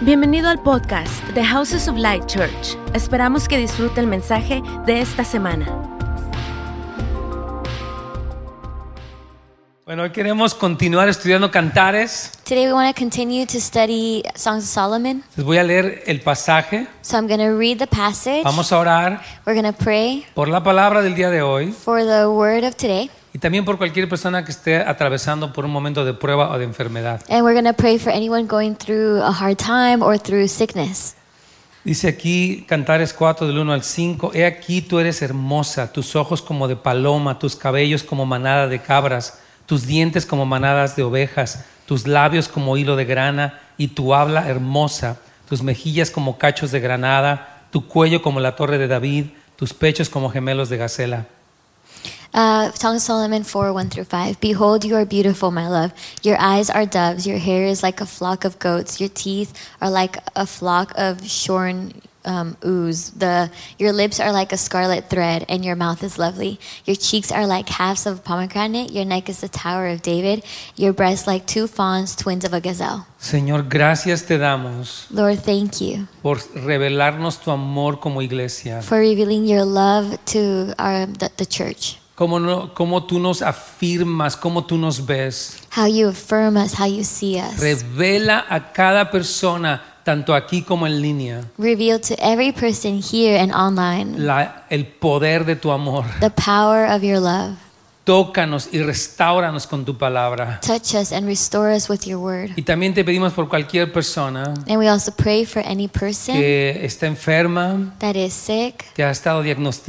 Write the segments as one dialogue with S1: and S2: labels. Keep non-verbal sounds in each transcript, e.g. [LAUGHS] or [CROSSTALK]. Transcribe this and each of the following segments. S1: Bienvenido al podcast de Houses of Light Church. Esperamos que disfrute el mensaje de esta semana.
S2: Bueno, hoy queremos continuar estudiando cantares.
S3: Today we want to continue to study Songs of Solomon.
S2: Les voy a leer el pasaje.
S3: So I'm going to read the passage.
S2: Vamos a orar
S3: We're going to pray
S2: por la palabra del día de hoy
S3: for the word of today.
S2: y también por cualquier persona que esté atravesando por un momento de prueba o de enfermedad.
S3: And we're going to pray for anyone going through a hard time or through sickness.
S2: Dice aquí Cantares 4 del 1 al 5, He aquí tú eres hermosa, tus ojos como de paloma, tus cabellos como manada de cabras, tus dientes como manadas de ovejas, tus labios como hilo de grana y tu habla hermosa, tus mejillas como cachos de granada, tu cuello como la torre de David, tus pechos como gemelos de gacela.
S3: Uh, Song of Solomon 4 1 through 5. Behold, you are beautiful, my love. Your eyes are doves. Your hair is like a flock of goats. Your teeth are like a flock of shorn um, ooze. The, your lips are like a scarlet thread, and your mouth is lovely. Your cheeks are like halves of a pomegranate. Your neck is the Tower of David. Your breasts like two fawns, twins of a gazelle.
S2: Señor, gracias te damos
S3: Lord, thank you
S2: por revelarnos tu amor como iglesia,
S3: for revealing your love to our, the, the church.
S2: cómo, no- cómo tú nos afirmas, cómo tú nos ves.
S3: How you affirm us, how you see us.
S2: Revela a cada persona, tanto aquí como en línea,
S3: Reveal to every person here and online
S2: la- el poder de tu amor.
S3: the power of your love.
S2: Tócanos y restauranos con tu palabra.
S3: Touch us and restore us with your word.
S2: Y también te pedimos por cualquier persona
S3: And we also pray for any person
S2: que está enferma,
S3: that is sick,
S2: que ha estado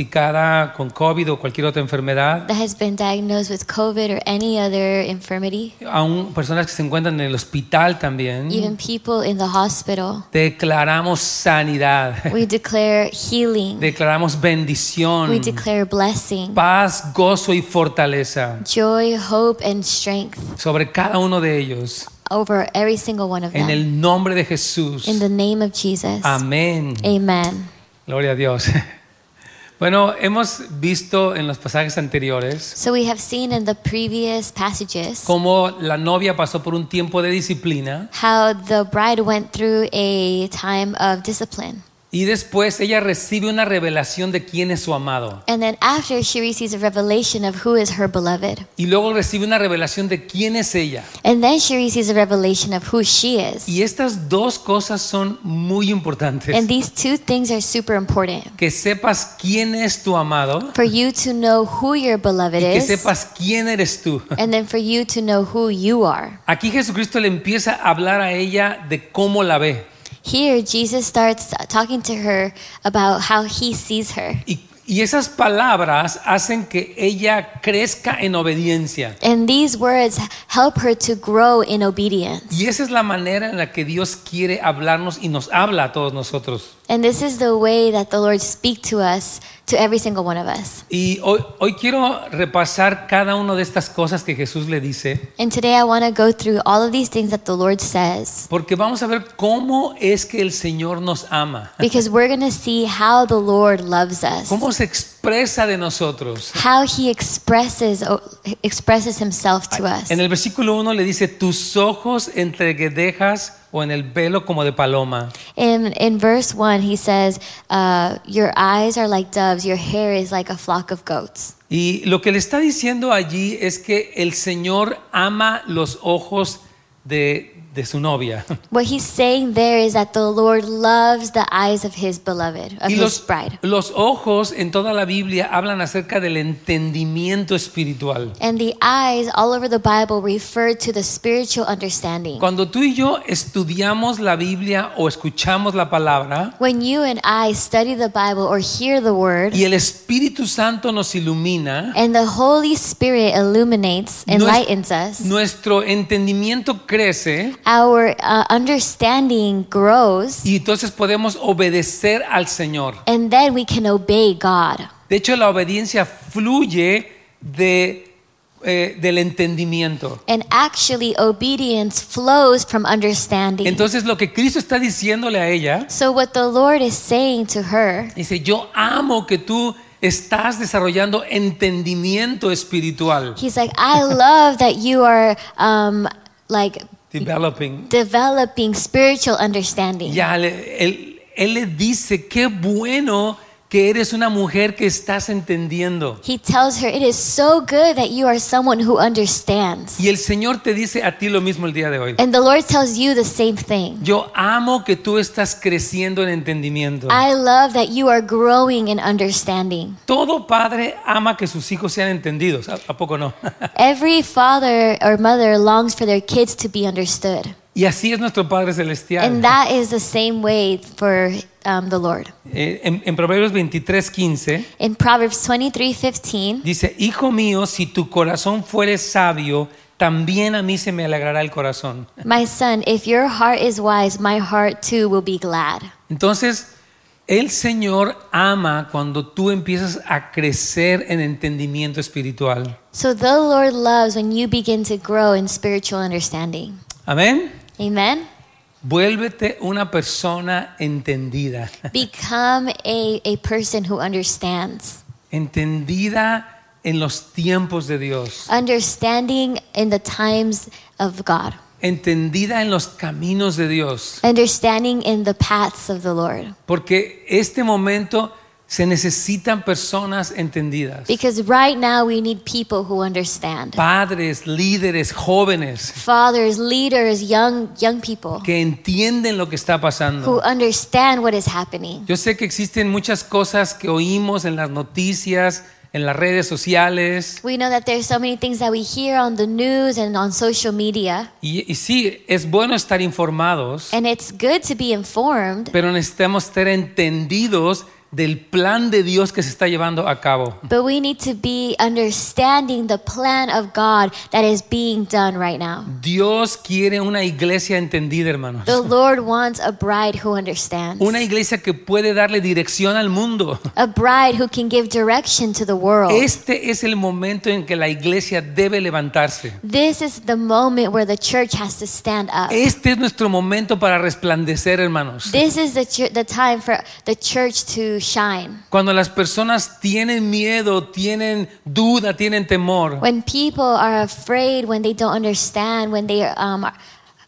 S2: diagnosticada con COVID o cualquier otra enfermedad,
S3: that has been diagnosed with COVID or any other infirmity,
S2: aún personas que se encuentran en el hospital
S3: even
S2: también.
S3: people in the hospital.
S2: Declaramos sanidad,
S3: We declare healing,
S2: declaramos
S3: we
S2: bendición,
S3: declare blessing,
S2: paz, gozo y fortaleza
S3: joy, hope, and strength
S2: sobre cada uno de ellos.
S3: over every single one of
S2: En
S3: them.
S2: el nombre de Jesús.
S3: In the name of Jesus.
S2: Amén.
S3: Amen.
S2: Gloria a Dios. [LAUGHS] Bueno, hemos visto en los pasajes anteriores
S3: So we have seen in the previous passages.
S2: cómo la novia pasó por un tiempo de disciplina
S3: how the bride went through a time of discipline.
S2: y después ella recibe una revelación de quién es su amado.
S3: And then after she receives a revelation of who is her beloved.
S2: Y luego recibe una revelación de quién es ella.
S3: And then she receives a revelation of who she is.
S2: Y estas dos cosas son muy
S3: And
S2: importantes.
S3: these two things are super important.
S2: Que sepas quién es tu amado
S3: For you to know who your beloved
S2: y que
S3: is,
S2: sepas quién eres tú.
S3: and then for you to know who you are.
S2: Aquí Jesucristo le empieza a hablar a ella de cómo la ve.
S3: Here, Jesus starts talking to her about how he sees her.
S2: Y, y esas palabras hacen que ella crezca en obediencia.
S3: And these words help her to grow in obedience.
S2: Y esa es la manera en la que Dios quiere hablarnos y nos habla a todos nosotros.
S3: And this is the way that the Lord speaks to us, to every single one of us.
S2: Y hoy, hoy quiero repasar cada una de estas cosas que Jesús le dice,
S3: And today I want to go through all of these things that the Lord says
S2: porque vamos a ver cómo es que el Señor nos ama,
S3: because we're going to see how the Lord loves us.
S2: cómo se expresa de nosotros.
S3: How he expresses expresses himself to us.
S2: En el versículo 1 le dice, tus ojos entre guedejas o en el velo como de paloma.
S3: In in verse 1 he says, uh, your eyes are like doves, your hair is like a flock of goats.
S2: Y lo que le está diciendo allí es que el Señor ama los ojos de, de su novia.
S3: What he's saying there is that the Lord loves the eyes of his beloved, of
S2: Y
S3: his
S2: los,
S3: bride.
S2: los ojos en toda la Biblia hablan acerca del entendimiento espiritual.
S3: And the eyes all over the Bible refer to the spiritual understanding.
S2: Cuando tú y yo estudiamos la Biblia o escuchamos la palabra
S3: When you and I study the Bible or hear the word,
S2: y el Espíritu Santo nos ilumina,
S3: And the Holy Spirit illuminates,
S2: nues-
S3: enlightens us.
S2: nuestro entendimiento crece
S3: Our uh, understanding grows,
S2: y entonces podemos obedecer al Señor.
S3: and then we can obey God.
S2: De hecho, la obediencia fluye de, eh, del entendimiento.
S3: And actually, obedience flows from understanding.
S2: Entonces, lo que Cristo está diciéndole a ella,
S3: So, what the Lord is saying to her
S2: dice, yo amo que tú estás desarrollando entendimiento espiritual.
S3: He's like, I love that you are um, like
S2: developing.
S3: developing spiritual understanding.
S2: Ya, le- él, él le dice, qué bueno que eres una mujer que estás entendiendo.
S3: He tells her, It is so good that you are someone who understands.
S2: Y el Señor te dice a ti lo mismo el día de hoy.
S3: And the Lord tells you the same thing.
S2: Yo amo que tú estás creciendo en entendimiento.
S3: I love that you are growing in understanding.
S2: Todo padre ama que sus hijos sean entendidos. ¿A, a poco no? [LAUGHS]
S3: Every father or mother longs for their kids to be understood.
S2: y así es nuestro Padre Celestial.
S3: And that is the same way for um, the Lord.
S2: Eh, en, en Proverbios 23, 15
S3: In Proverbs 23 15,
S2: dice, Hijo mío, si tu corazón fuere sabio, también a mí se me alegrará el corazón.
S3: My son, if your heart is wise, my heart too will be glad.
S2: Entonces, el Señor ama cuando tú empiezas a crecer en entendimiento espiritual.
S3: So the Lord loves when you begin to grow in spiritual understanding.
S2: Amén.
S3: Amen?
S2: Vuélvete una persona entendida.
S3: Become a, a person who understands.
S2: Entendida en los tiempos de Dios.
S3: Understanding in the times of God.
S2: Entendida en los caminos de Dios.
S3: Understanding in the paths of the Lord.
S2: Porque este momento se necesitan personas entendidas.
S3: Because right now we need people who understand.
S2: Padres, líderes, jóvenes
S3: Fathers, leaders, young young people
S2: que entienden lo que está pasando.
S3: who understand what is happening.
S2: Yo sé que existen muchas cosas que oímos en las noticias, en las redes sociales,
S3: We know that there's so many things that we hear on the news and on social media,
S2: y, y sí, es bueno estar informados,
S3: and it's good to be informed,
S2: pero necesitamos estar entendidos del plan de Dios que se está llevando a cabo.
S3: but we need to be understanding the plan of God that is being done right now.
S2: Dios quiere una iglesia entendida, hermanos.
S3: The Lord wants a bride who understands.
S2: Una iglesia que puede darle dirección al mundo.
S3: A bride who can give direction to the world.
S2: Este es el momento en que la iglesia debe levantarse.
S3: This is the moment where the church has to stand up.
S2: Este es nuestro momento para resplandecer, hermanos.
S3: This is the, chur- the time for the church to shine.
S2: Cuando las personas tienen miedo, tienen duda, tienen temor,
S3: When people are afraid, when they don't understand, when they um, are,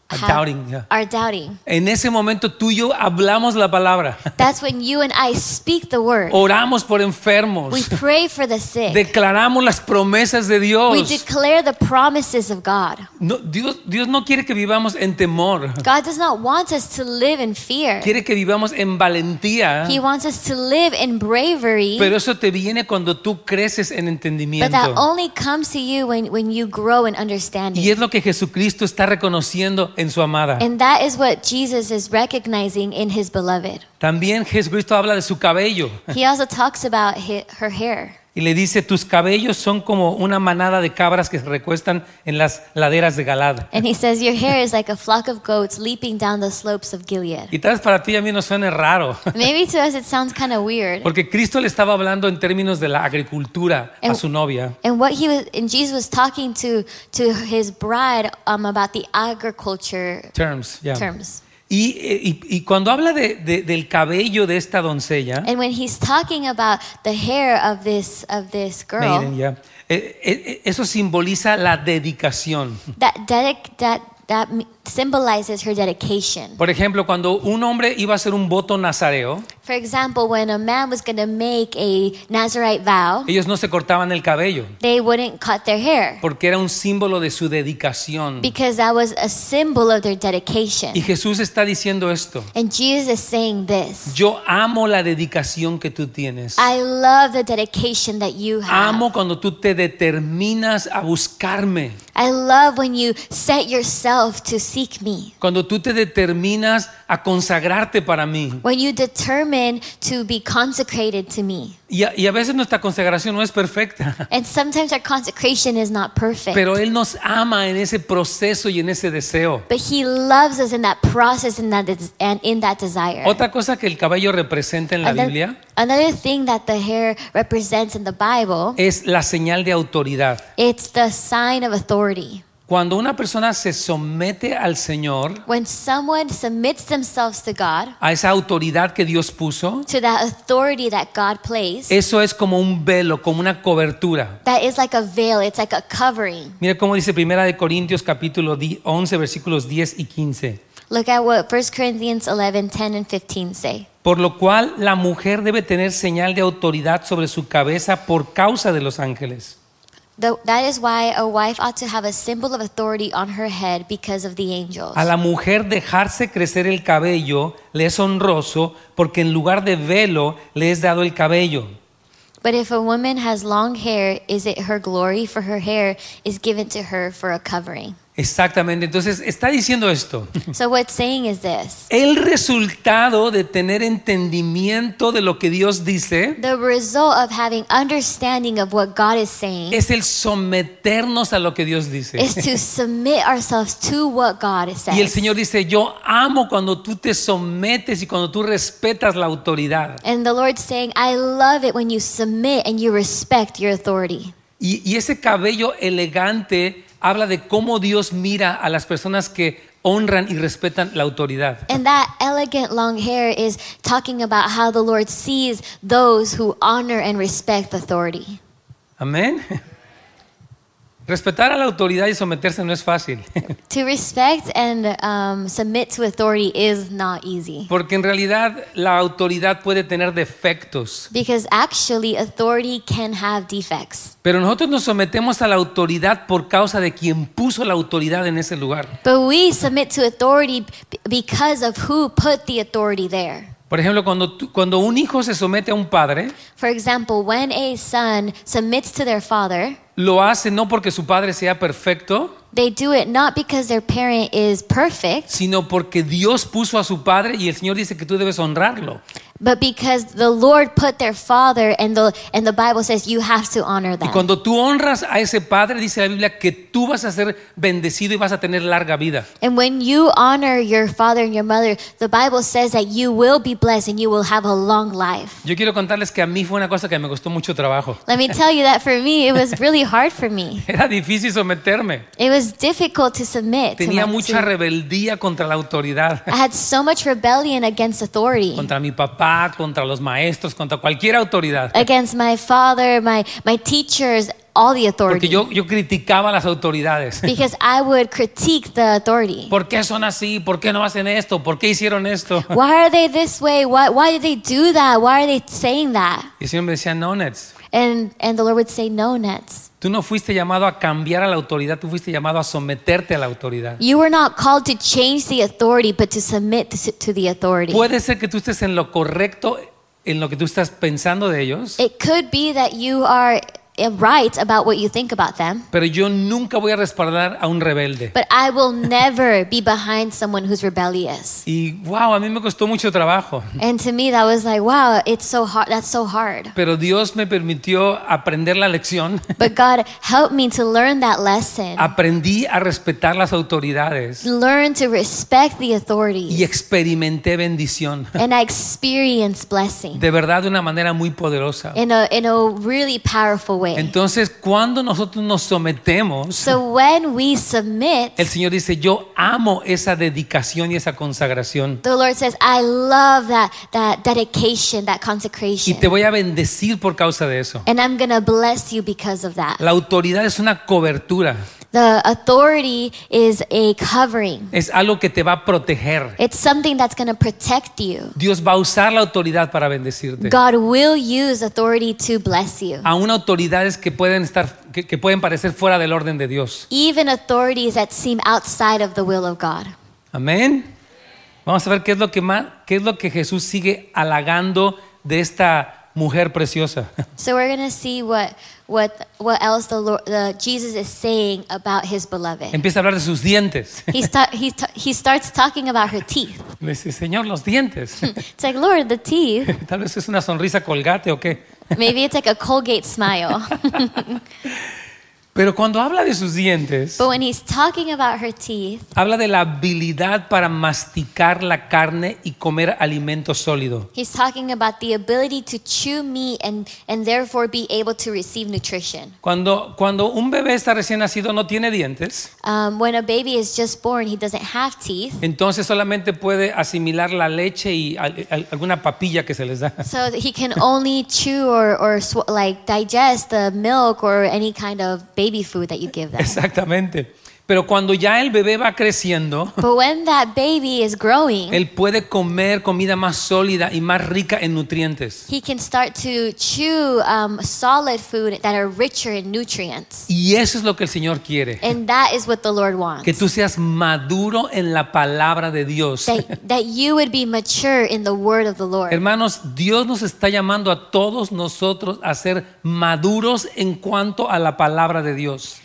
S2: Are
S3: have-
S2: doubting, yeah.
S3: are doubting,
S2: en ese momento tú y yo hablamos la palabra,
S3: that's when you and I speak the word.
S2: oramos por
S3: We
S2: enfermos,
S3: pray for the sick.
S2: declaramos las promesas de
S3: We
S2: Dios.
S3: declare the promises of God.
S2: No, Dios. Dios no quiere que vivamos en temor,
S3: God does not want us to live in fear.
S2: quiere que vivamos en valentía,
S3: He wants us to live in bravery,
S2: pero eso te viene cuando tú creces en
S3: but that
S2: entendimiento.
S3: only comes to you when, when you grow in understanding.
S2: Y es lo que Jesucristo está reconociendo en su amada.
S3: And that is what Jesus is recognizing in his beloved.
S2: También Jesucristo habla de su cabello
S3: He also talks about hi her hair.
S2: y le dice, tus cabellos son como una manada de cabras que se recuestan en las laderas de Galad.
S3: And he says, Your hair is like a flock of goats leaping down the slopes of Gilead.
S2: Y tal vez para ti y a mí nos suene raro, [LAUGHS]
S3: Maybe to us it sounds kind of weird.
S2: porque Cristo le estaba hablando en términos de la agricultura a
S3: En-
S2: su novia.
S3: And what he was, and Jesus was talking to to his bride um, about the agriculture
S2: Terms, yeah.
S3: terms.
S2: Y, y- y cuando habla de- de- del cabello de esta doncella,
S3: And when he's talking about the hair of this of this girl,
S2: Maiden, yeah, eh, eh, eso simboliza la dedicación.
S3: that dedic that that m- symbolizes her dedication.
S2: Por ejemplo, cuando un hombre iba a hacer un voto nazareo,
S3: For example, when a man was going to make a Nazarite vow,
S2: ellos no se cortaban el cabello,
S3: they wouldn't cut their hair
S2: porque era un símbolo de su dedicación.
S3: because that was a symbol of their dedication.
S2: Y Jesús está diciendo esto,
S3: And Jesus is saying this.
S2: yo amo la dedicación que tú tienes.
S3: I love the dedication that you have.
S2: Amo cuando tú te determinas a buscarme,
S3: I love when you set yourself to seek me.
S2: cuando tú te determinas a consagrarte para mí.
S3: When you determine to be consecrated to me.
S2: Y a, y a veces nuestra consagración no es perfecta,
S3: And sometimes our consecration is not perfect.
S2: pero Él nos ama en ese proceso y en ese deseo.
S3: but he loves us in that process and that des- and in that desire.
S2: Otra cosa que el cabello representa en la
S3: Ano-
S2: Biblia
S3: another thing that the hair represents in the Bible,
S2: es la señal de autoridad.
S3: it's the sign of authority.
S2: Cuando una persona se somete al Señor,
S3: When someone submits themselves to God,
S2: a esa autoridad que Dios puso,
S3: to that authority that God placed,
S2: eso es como un velo, como una cobertura.
S3: that is like a veil, it's like a covering.
S2: Mira cómo dice Primera de Corintios capítulo di- 11 versículos 10 y 15.
S3: Look at what 1 Corinthians 11, 10 and 15 say.
S2: Por lo cual la mujer debe tener señal de autoridad sobre su cabeza por causa de los ángeles.
S3: The, that is why a wife ought to have a symbol of authority on her head because of the angels.
S2: A la mujer dejarse crecer el cabello le es honroso porque en lugar de velo le es dado el cabello.
S3: But if a woman has long hair, is it her glory? For her hair is given to her for a covering.
S2: Exactamente, entonces está diciendo esto.
S3: So what's saying is this
S2: El resultado de tener entendimiento de lo que Dios dice
S3: the result of having understanding of what God is saying
S2: es el someternos a lo que Dios
S3: is
S2: dice.
S3: to submit ourselves to what God says.
S2: Y el Señor dice, yo amo cuando tú te sometes y cuando tú respetas la autoridad.
S3: and the Lord's saying, I love it when you submit and you respect your authority.
S2: Y, y ese cabello elegante habla de cómo Dios mira a las personas que honran y respetan la autoridad.
S3: And that elegant long hair is talking about how the Lord sees those who honor and respect authority.
S2: Amén. [LAUGHS] Respetar a la autoridad y someterse no es fácil, [LAUGHS]
S3: To respect and um, submit to authority is not easy.
S2: porque en realidad la autoridad puede tener defectos,
S3: Because actually, authority can have defects.
S2: pero nosotros nos sometemos a la autoridad por causa de quien puso la autoridad en ese lugar.
S3: But we submit to authority b- because of who put the authority there.
S2: Por ejemplo, cuando, tú- cuando un hijo se somete a un padre,
S3: For example, when a son submits to their father,
S2: lo hace no porque su padre sea perfecto,
S3: they do it not because their parent is perfect,
S2: sino porque Dios puso a su padre y el Señor dice que tú debes honrarlo.
S3: but because the Lord put their father, and the, and the Bible says you have to honor
S2: Y
S3: them.
S2: cuando tú honras a ese padre, dice la Biblia que tú vas a ser bendecido y vas a tener larga vida.
S3: And when you honor your father and your mother, the Bible says that you will be blessed and you will have a long life.
S2: Yo quiero contarles que a mí fue una cosa que me costó mucho trabajo. [LAUGHS]
S3: Let me tell you that for me, it was really hard for me.
S2: Era difícil someterme.
S3: It was difficult to submit. To
S2: Tenía
S3: my-
S2: mucha
S3: to-
S2: rebeldía contra la autoridad,
S3: I had so much rebellion against authority,
S2: contra mi papá, contra los maestros, contra cualquier autoridad.
S3: against my father, my, my teachers, all the
S2: Porque
S3: authority.
S2: yo, [LAUGHS] yo criticaba a las autoridades.
S3: Because I would critique the authority.
S2: [LAUGHS] ¿Por qué son así? ¿Por qué no hacen esto? ¿Por qué hicieron esto?
S3: Why are they this way? Why, why did they do that? Why are they saying that?
S2: Y el Señor me decía, no, Nets,
S3: And, and the Lord would say, No, Nets.
S2: Tú no fuiste llamado a cambiar a la autoridad, tú fuiste llamado a someterte a la autoridad.
S3: You were not called to change the authority, but to submit to, to the authority.
S2: Puede ser que tú estés en lo correcto, en lo que tú estás pensando de ellos,
S3: It could be that you are eh, right about what you think about them,
S2: pero yo nunca voy a respaldar a un rebelde.
S3: but I will [LAUGHS] never be behind someone who's rebellious.
S2: Y wow, a mí me costó mucho trabajo,
S3: And to me, that was like, wow, it's so hard. That's so hard.
S2: pero Dios me permitió aprender la lección. [LAUGHS]
S3: But God helped me to learn that lesson,
S2: Aprendí a respetar las autoridades
S3: learn to respect the
S2: y [LAUGHS]
S3: authority,
S2: experimenté bendición,
S3: and I experienced blessing
S2: de verdad de una manera muy poderosa.
S3: in a in a really powerful way.
S2: Entonces, cuando nosotros nos sometemos,
S3: So when we submit,
S2: El Señor dice, yo amo esa dedicación y esa consagración.
S3: the Lord says, "I love that that dedication, that
S2: Y
S3: consecration,
S2: te voy a bendecir por causa de eso.
S3: and I'm gonna bless you because of that."
S2: La autoridad es una cobertura,
S3: The authority is a covering.
S2: es algo que te va a proteger.
S3: It's something that's going to protect you.
S2: Dios va a usar la autoridad para bendecirte.
S3: God will use authority to bless you.
S2: Aún autoridades que pueden estar, que, que pueden parecer fuera del orden de Dios.
S3: Even authorities that seem outside of the will of God.
S2: Amén. Vamos a ver qué es lo que más, qué es lo que Jesús sigue halagando de esta mujer preciosa. [LAUGHS]
S3: So we're going to see what what what else the Lord the Jesus is saying about his
S2: [LAUGHS]
S3: beloved.
S2: Empieza a hablar de sus dientes. [LAUGHS]
S3: He start, he, ta- he starts talking about her teeth.
S2: Le dice, Señor, los dientes. [LAUGHS]
S3: It's like, "Lord, the teeth."
S2: Tal vez es una sonrisa colgate o qué.
S3: Maybe it's like a Colgate smile.
S2: Pero cuando habla de sus dientes,
S3: [LAUGHS] But when he's talking about her teeth,
S2: habla de la habilidad para masticar la carne y comer alimento sólido.
S3: he's talking about the ability to chew meat and, and therefore be able to receive nutrition.
S2: Cuando, cuando un bebé está recién nacido no tiene dientes,
S3: Um, when a baby is just born, he doesn't have teeth.
S2: entonces solamente puede asimilar la leche y al- al- alguna papilla que se les da.
S3: So that he can only chew or, or sw- like digest the milk or any kind of baby food that you
S2: [LAUGHS]
S3: give them.
S2: Exactamente. Pero cuando ya el bebé va creciendo,
S3: But when that baby is growing,
S2: él puede comer comida más sólida y más rica en nutrientes.
S3: he can start to chew um, solid food that are richer in nutrients.
S2: Y eso es lo que el Señor quiere.
S3: And that is what the Lord wants.
S2: Que tú seas maduro en la palabra de Dios.
S3: that, that you would be mature in the word of the Lord.
S2: Hermanos, Dios nos está llamando a todos nosotros a ser maduros en cuanto a la palabra de Dios.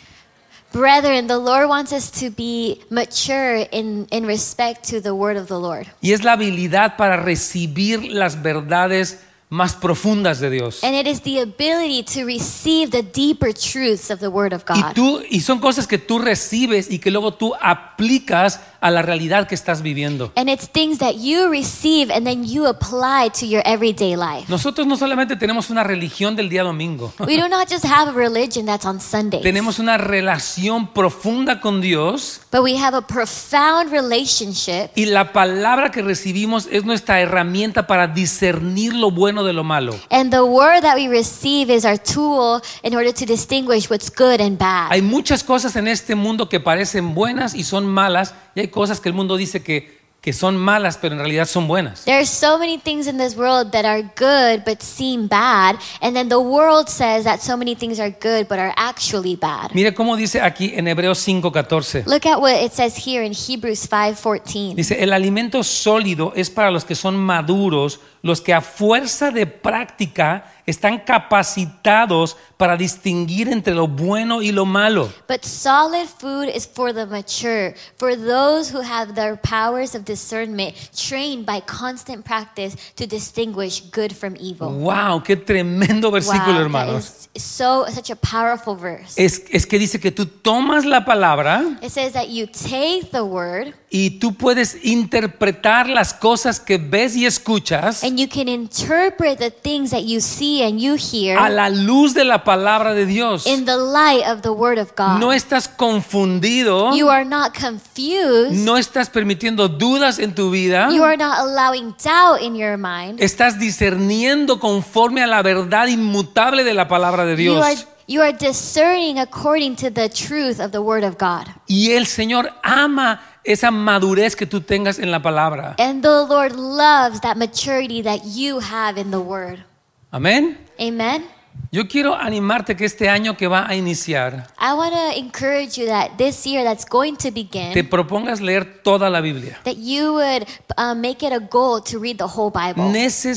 S3: Brethren, the Lord wants us to be mature in, in respect to the word of the Lord.
S2: Y es la habilidad para recibir las verdades más profundas de Dios.
S3: And it is the ability to receive the deeper truths of the word of
S2: Y,
S3: God.
S2: tú, y son cosas que tú recibes y que luego tú aplicas a la realidad que estás viviendo.
S3: And it's things that you receive and then you apply to your everyday life.
S2: Nosotros no solamente tenemos una religión del día domingo,
S3: We do not just have a religion that's on Sundays,
S2: tenemos una relación profunda con Dios
S3: but we have a profound relationship.
S2: y la palabra que recibimos es nuestra herramienta para discernir lo bueno de lo malo.
S3: And the word that we receive is our tool in order to distinguish what's good and bad.
S2: Hay muchas cosas en este mundo que parecen buenas y son malas y hay cosas que el mundo dice que, que son malas pero en realidad son buenas.
S3: There are so many things in this world that are good but seem bad, and then the world says that so many things are good but are actually bad.
S2: Mire cómo dice aquí en Hebreos 5:14.
S3: Look at what it says here in Hebrews 5:14.
S2: Dice, el alimento sólido es para los que son maduros, los que a fuerza de práctica están capacitados para distinguir entre lo bueno y lo malo.
S3: But solid food is for the mature, for those who have their powers of discernment trained by constant practice to distinguish good from evil.
S2: ¡Wow! ¡Qué tremendo versículo,
S3: Wow, that
S2: hermanos!
S3: is so such a powerful verse.
S2: Es, es que dice que tú tomas la palabra
S3: It says that you take the word
S2: y tú puedes interpretar las cosas que ves y escuchas
S3: and you can interpret the things that you see and you hear
S2: a la luz de la palabra de Dios.
S3: in the light of the word of God.
S2: No estás confundido,
S3: you are not confused.
S2: no estás permitiendo dudas en tu vida.
S3: You are not allowing doubt in your mind.
S2: Estás discerniendo conforme a la verdad inmutable de la palabra de
S3: You are,
S2: Dios.
S3: you are discerning according to the truth of the word of God.
S2: Y el Señor ama esa madurez que tú tengas en la palabra.
S3: And the Lord loves that maturity that you have in the word.
S2: Amén.
S3: Amen.
S2: Yo quiero animarte que este año que va a iniciar,
S3: I want to encourage you that this year that's going to begin,
S2: te propongas leer toda la Biblia.
S3: that you would uh, make it a goal to read the whole Bible.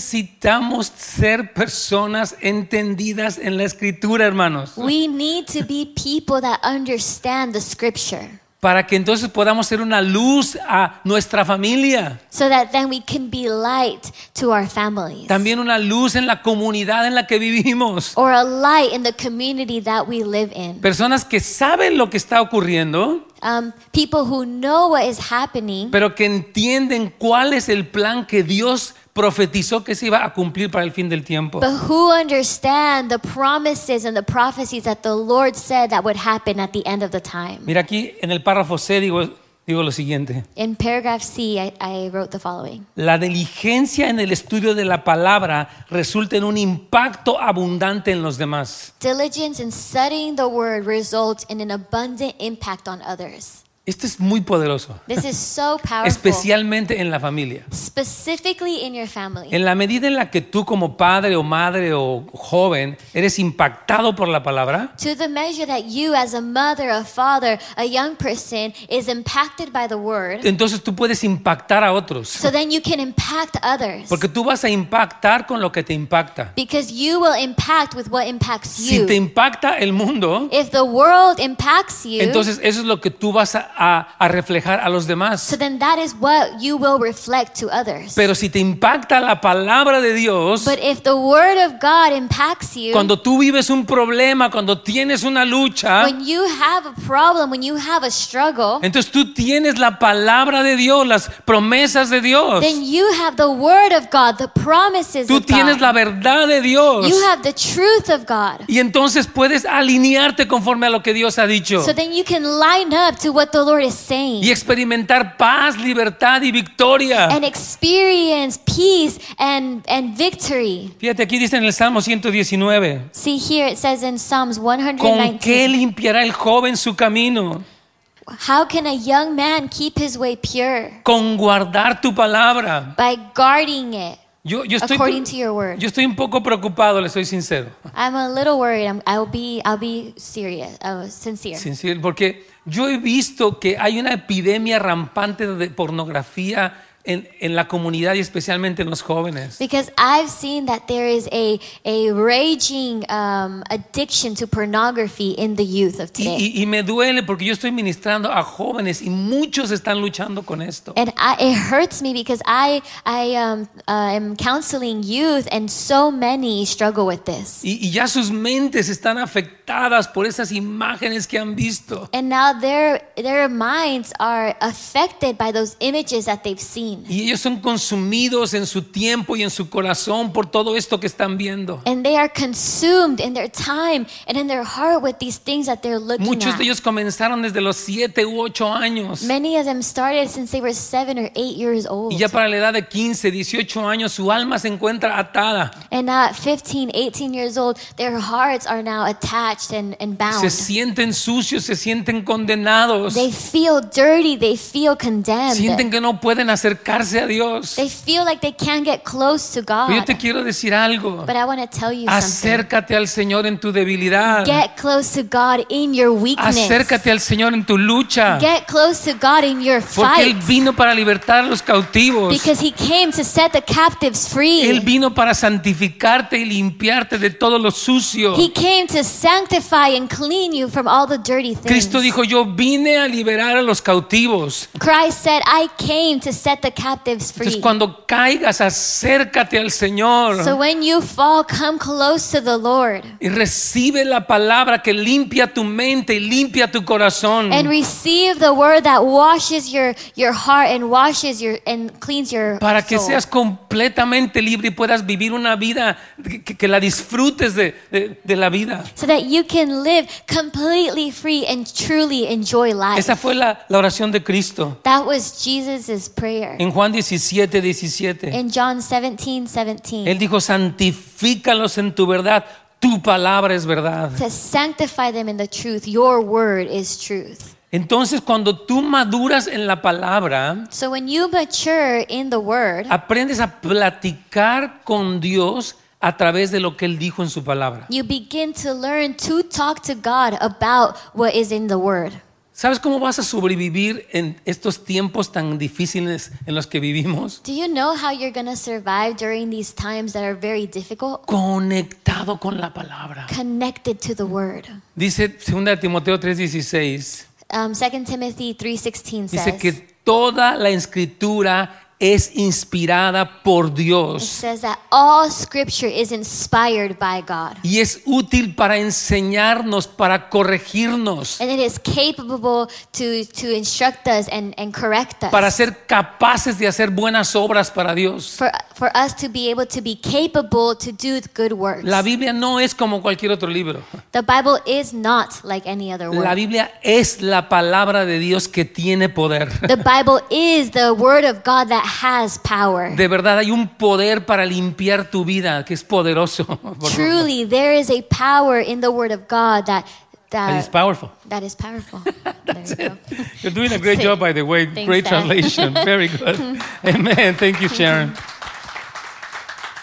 S2: Necesitamos ser personas entendidas en la escritura, hermanos,
S3: We need to be people that understand the scripture
S2: para que entonces podamos ser una luz a nuestra familia,
S3: so that then we can be light to our families
S2: también una luz en la comunidad en la que vivimos.
S3: or a light in the community that we live in.
S2: Personas que saben lo que está ocurriendo,
S3: Um, people who know what is happening,
S2: pero que entienden cuál es el plan que Dios profetizó que se iba a cumplir para el fin del tiempo.
S3: but who understand the promises and the prophecies that the Lord said that would happen at the end of the time.
S2: Mira aquí en el párrafo C digo, digo lo siguiente.
S3: In paragraph C, I, I wrote the following.
S2: La diligencia en el estudio de la palabra resulta en un impacto abundante en los demás.
S3: Diligence in studying the word results in an abundant impact on others.
S2: Esto es muy poderoso,
S3: This
S2: [LAUGHS]
S3: is so powerful.
S2: especialmente en la familia.
S3: specifically in your family.
S2: En la medida en la que tú como padre o madre o joven eres impactado por la palabra,
S3: To the measure that you, as a mother, a father, a young person, is impacted by the word,
S2: entonces tú puedes impactar a otros.
S3: so then you can impact others.
S2: Porque tú vas a impactar con lo que te impacta.
S3: Because you will impact with what impacts
S2: Si te
S3: you.
S2: impacta el mundo,
S3: If the world impacts you,
S2: entonces eso es lo que tú vas a a, a reflejar a los
S3: So
S2: demás.
S3: then that is what you will reflect to others.
S2: Pero si te impacta la palabra de Dios,
S3: But if the word of God impacts you,
S2: cuando tú vives un problema, cuando tienes una lucha,
S3: when you have a problem, when you have a struggle,
S2: entonces tú tienes la palabra de Dios, las promesas de Dios.
S3: then you have the word of God, the promises
S2: Tú
S3: of God.
S2: tienes la verdad de Dios.
S3: You have the truth of God.
S2: Y entonces puedes alinearte conforme a lo que Dios ha dicho.
S3: So then you can line up to what the Lord is saying
S2: Y experimentar paz, libertad y victoria.
S3: and experience peace and, and victory.
S2: Fíjate, aquí dice en el Salmo 119.
S3: See here it says in Psalms
S2: ¿Con qué
S3: 119,
S2: limpiará el joven su camino?
S3: how can a young man keep his way pure?
S2: Con guardar tu palabra.
S3: By guarding it
S2: Yo, yo, estoy,
S3: according to your word.
S2: yo estoy un poco preocupado, le soy sincero.
S3: I'm a little worried. I'm, I'll be I'll be serious. Oh, sincere.
S2: Sincero, porque yo he visto que hay una epidemia rampante de pornografía en, en la comunidad y especialmente en los jóvenes.
S3: Because I've seen that there is a a raging um, addiction to pornography in the youth of
S2: Y,
S3: today.
S2: y- y me duele porque yo estoy ministrando a jóvenes y muchos están luchando con esto.
S3: And I, it hurts me because I I um, uh, am counseling youth, and so many struggle with this.
S2: Y, y ya sus mentes están afectadas por esas imágenes que han visto.
S3: And now their their minds are affected by those images that they've seen,
S2: Y ellos son consumidos en su tiempo y en su corazón por todo esto que están viendo.
S3: and they are consumed in their time and in their heart with these things that they're looking
S2: Muchos
S3: at.
S2: de ellos comenzaron desde los 7 u 8 años.
S3: Many of them started since they were seven or eight years old.
S2: Y ya para la edad de 15, 18 años, su alma se encuentra atada.
S3: And now at 15, 18 years old, their hearts are now attached and, and
S2: Se
S3: bound.
S2: sienten sucios, se sienten condenados.
S3: Ah, They feel dirty. They feel condemned.
S2: Sienten que no pueden acercarse a Dios.
S3: They feel like they can't get close to God.
S2: Pero yo te quiero decir algo.
S3: But I want to tell you something.
S2: Acércate al Señor en tu debilidad.
S3: Get close to God in your weakness.
S2: Acércate al Señor en tu lucha.
S3: Get close to God in your
S2: Porque Él
S3: fight.
S2: vino para libertar a los cautivos.
S3: Because He came to set the captives
S2: Él
S3: free.
S2: vino para santificarte y limpiarte de todo lo sucio.
S3: He came to sanctify and clean you from all the dirty things.
S2: Cristo dijo, yo vine a liberar a los cautivos.
S3: Christ said, I came to set the captives
S2: Entonces
S3: free.
S2: cuando caigas, acércate al
S3: So
S2: Señor
S3: when you fall, come close to the Lord
S2: y recibe la palabra que limpia tu mente y limpia tu corazón.
S3: and receive the word that washes your, your heart and washes your and cleans your
S2: Para que
S3: soul.
S2: seas completamente libre y puedas vivir una vida que, que- que la disfrutes de, de- de la vida.
S3: so that you can live completely free and truly enjoy life.
S2: Esa fue la, la oración de Cristo
S3: that was Jesus' prayer.
S2: en Juan 17, 17.
S3: In John 17, 17.
S2: Él dijo, santifícalos en tu verdad, tu palabra es verdad.
S3: to sanctify them in the truth. Your word is truth.
S2: Entonces cuando tú maduras en la palabra,
S3: So when you mature in the word,
S2: aprendes a platicar con Dios a través de lo que Él dijo en su palabra.
S3: you begin to learn to talk to God about what is in the word.
S2: ¿Sabes cómo vas a sobrevivir en estos tiempos tan difíciles en los que vivimos?
S3: Do you know how you're going to survive during these times that are very difficult?
S2: conectado con la palabra.
S3: Connected to the word.
S2: Dice 2 de Timoteo 3:16,
S3: Um, 2 Timothy 3.16
S2: dice
S3: says,
S2: que toda la escritura es inspirada por
S3: it
S2: Dios
S3: says that all scripture is inspired by God.
S2: y es útil para enseñarnos, para corregirnos,
S3: And it is capable to, to instruct us and, and correct us.
S2: para ser capaces de hacer buenas obras para Dios.
S3: for, for us to be able to be capable to do the good works.
S2: La Biblia no es como cualquier otro libro.
S3: the Bible is not like any other
S2: La
S3: word.
S2: Biblia es la palabra de Dios que tiene poder.
S3: the Bible is the word of God that has power.
S2: De verdad hay un poder para limpiar tu vida que es poderoso. [LAUGHS]
S3: Truly, there is a power in the word of God that
S2: It is
S3: that,
S2: powerful.
S3: that is powerful. there you go.
S2: [LAUGHS] You're doing a great
S3: That's
S2: job,
S3: it.
S2: by the way.
S3: Thanks,
S2: great
S3: Dad. [LAUGHS]
S2: translation. Very good. Amen. Thank you, Sharon.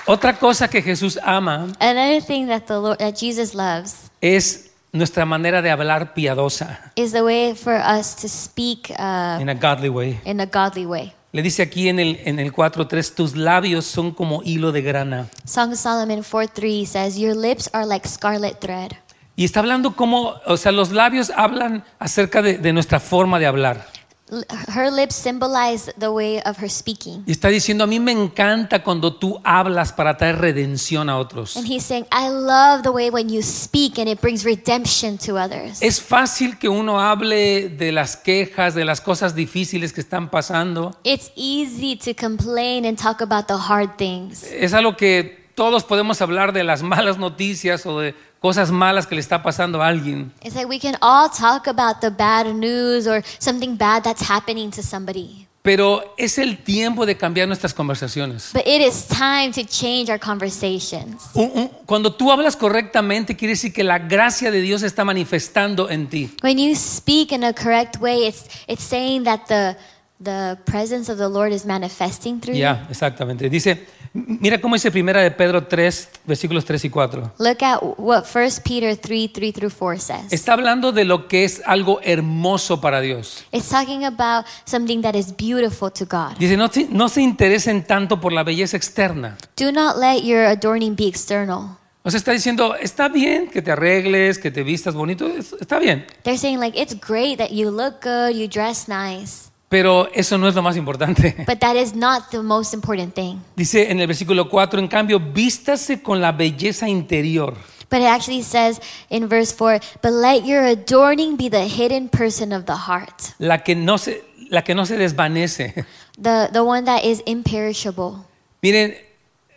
S2: Otra cosa que Jesús ama
S3: Another thing that the Lord that Jesus loves
S2: es nuestra manera de hablar piadosa,
S3: is the way for us to speak uh,
S2: in a godly way.
S3: in a godly way.
S2: Le dice aquí en el, en el 4.3, tus labios son como hilo de grana
S3: Song of Solomon 4:3 says, "Your lips are like scarlet thread."
S2: y Y está hablando como, o sea, los labios hablan acerca de, de nuestra forma de hablar.
S3: L- Her lips symbolize the way of her speaking.
S2: Y está diciendo, a mí me encanta cuando tú hablas para traer redención a otros.
S3: And he's saying, I love the way when you speak and it brings redemption to others.
S2: Es fácil que uno hable de las quejas, de las cosas difíciles que están pasando.
S3: It's easy to complain and talk about the hard things.
S2: Es algo que todos podemos hablar de las [LAUGHS] malas noticias o de cosas malas que le está pasando a alguien.
S3: It's like we can all talk about the bad news or something bad that's happening to somebody.
S2: Pero es el tiempo de cambiar nuestras conversaciones.
S3: But it is time to change our conversations.
S2: Un- un- cuando tú hablas correctamente, quiere decir que la gracia de Dios se está manifestando en ti.
S3: When you speak in a correct way, it's, it's saying that the, the presence of the Lord is manifesting
S2: Ya,
S3: through you.
S2: exactamente. Dice, m- mira cómo dice primera de Pedro 3, versículos 3 y 4.
S3: Look at what 1 Peter 3 3 through 4 says.
S2: Está hablando de lo que es algo hermoso para Dios.
S3: It's talking about something that is beautiful to God.
S2: Dice, no, se- no se interesen tanto por la belleza externa.
S3: Do not let your adorning be external.
S2: O sea, está diciendo, está bien que te arregles, que te vistas bonito, es- está bien.
S3: They're saying, like, it's great that you look good, you dress nice,
S2: Pero eso no es lo más importante.
S3: but that is not the most important thing.
S2: Dice en el versículo 4, en cambio, vístase con la belleza interior.
S3: But it actually says in verse 4 But let your adorning be the hidden person of the heart,
S2: la que no se, la que no se desvanece. [LAUGHS]
S3: the, the one that is imperishable.
S2: Miren,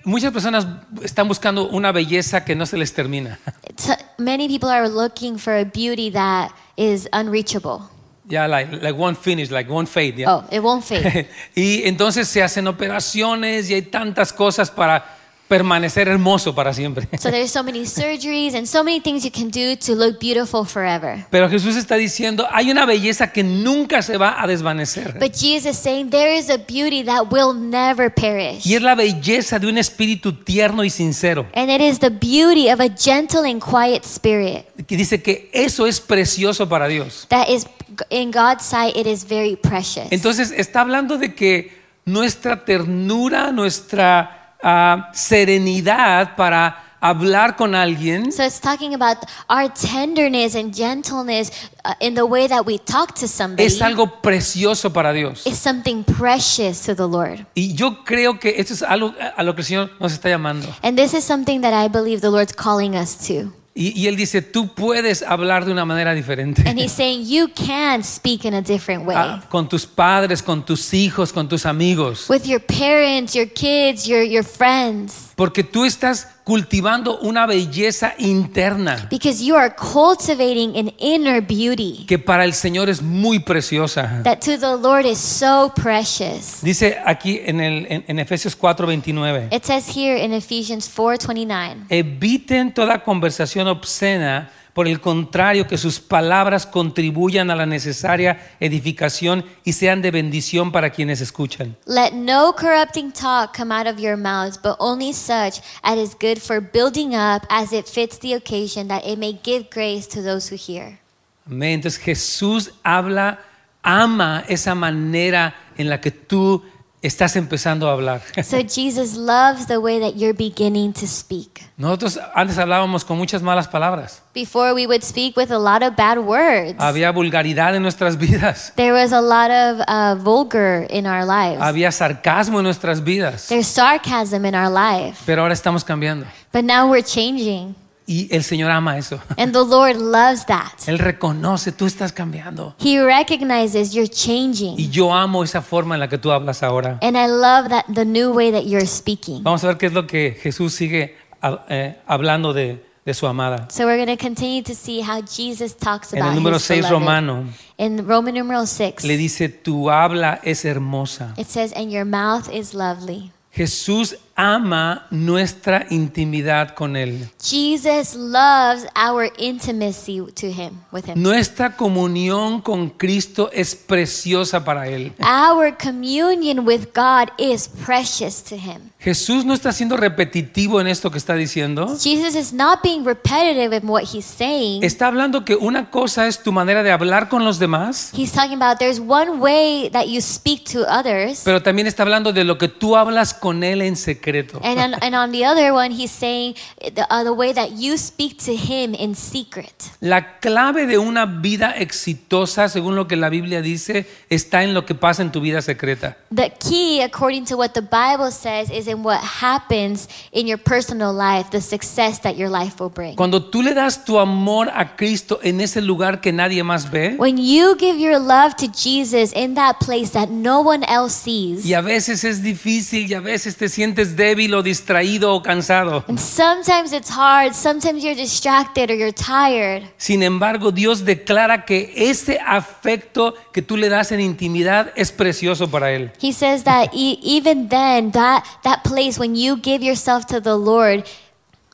S2: muchas personas están buscando una belleza que no se les termina. [LAUGHS]
S3: It's, many people are looking for a beauty that is unreachable.
S2: Ya, like, like one finish, like one fade. ya.
S3: Oh, it won't fade.
S2: [LAUGHS] y entonces se hacen operaciones y hay tantas cosas para permanecer hermoso para siempre. [LAUGHS]
S3: so there's so many surgeries and so many things you can do to look beautiful forever.
S2: Pero Jesús está diciendo, hay una belleza que nunca se va a desvanecer.
S3: But Jesus is saying there is a beauty that will never perish.
S2: Y es la belleza de un espíritu tierno y sincero.
S3: And it is the beauty of a gentle and quiet spirit
S2: Que dice que eso es precioso para Dios.
S3: that is in God's sight it is very precious.
S2: Entonces está hablando de que nuestra ternura, nuestra ah, serenidad para hablar con alguien
S3: so it's talking about our tenderness and gentleness uh, in the way that we talk to somebody
S2: es algo precioso para Dios.
S3: is something precious to the Lord.
S2: Y yo creo que esto es algo a lo que el Señor nos está llamando.
S3: And this is something that I believe the Lord's calling us to.
S2: Y, y Él dice, tú puedes hablar de una manera diferente.
S3: And he's saying you can speak in a different
S2: [LAUGHS]
S3: way.
S2: Ah, con tus padres, con tus hijos, con tus amigos.
S3: with your parents, your kids, your, your friends.
S2: Porque tú estás cultivando una belleza interna
S3: Because you are cultivating an inner beauty.
S2: que para el Señor es muy preciosa.
S3: that to the Lord is so precious.
S2: Dice aquí en, el, en, en Efesios 4:29,
S3: It says here in Ephesians 4:29,
S2: eviten toda conversación obscena, por el contrario, que sus palabras contribuyan a la necesaria edificación y sean de bendición para quienes escuchan.
S3: "Let no corrupting talk come out of your mouths, but only such as is good for building up as it fits the occasion, that it may give grace to those who hear."
S2: Amén. Entonces Jesús habla, ama esa manera en la que tú estás empezando a hablar. [LAUGHS]
S3: So Jesus loves the way that you're beginning to speak.
S2: Nosotros antes hablábamos con muchas malas palabras.
S3: Before we would speak with a lot of bad words.
S2: Había vulgaridad en nuestras vidas.
S3: There was a lot of uh, vulgar in our lives.
S2: Había sarcasmo en nuestras vidas.
S3: There's sarcasm in our life.
S2: Pero ahora estamos cambiando.
S3: But now we're changing.
S2: Y el Señor ama eso.
S3: And the Lord loves that.
S2: Él reconoce, tú estás cambiando.
S3: He recognizes you're
S2: Y
S3: changing.
S2: yo amo esa forma en la que tú hablas ahora.
S3: And I love that the new way that you're speaking.
S2: Vamos a ver qué es lo que Jesús sigue ah, eh, hablando de, de su amada.
S3: So we're going to continue to see how Jesus talks
S2: En el
S3: about
S2: número
S3: his
S2: 6
S3: beloved.
S2: romano
S3: In Roman numeral 6,
S2: le dice, tu habla es hermosa.
S3: it says, "And your mouth is lovely."
S2: Jesús ama nuestra intimidad con Él,
S3: Jesus loves our intimacy to him with him.
S2: nuestra comunión con Cristo es preciosa para Él.
S3: Our communion with God is precious to him.
S2: Jesús no está siendo repetitivo en esto que está diciendo.
S3: Jesus is not being repetitive in what he's saying.
S2: Está hablando que una cosa es tu manera de hablar con los demás
S3: He's talking about there's one way that you speak to others.
S2: Pero también está hablando de lo que tú hablas con Él en secreto.
S3: And on, and on the other one, he's saying the, uh, the way that you speak to him in secret.
S2: La clave de una vida exitosa, según lo que la Biblia dice, está en lo que pasa en tu vida secreta.
S3: The key, according to what the Bible says, is in what happens in your personal life, the success that your life will bring.
S2: Cuando tú le das tu amor a Cristo en ese lugar que nadie más ve,
S3: When you give your love to Jesus in that place that no one else sees,
S2: y a veces es difícil y a veces te sientes débil o distraído o cansado.
S3: and sometimes it's hard, sometimes you're distracted or you're tired.
S2: Sin embargo, Dios declara que ese afecto que tú le das en intimidad es precioso para Él.
S3: He says that e- even then, that, that place when you give yourself to the Lord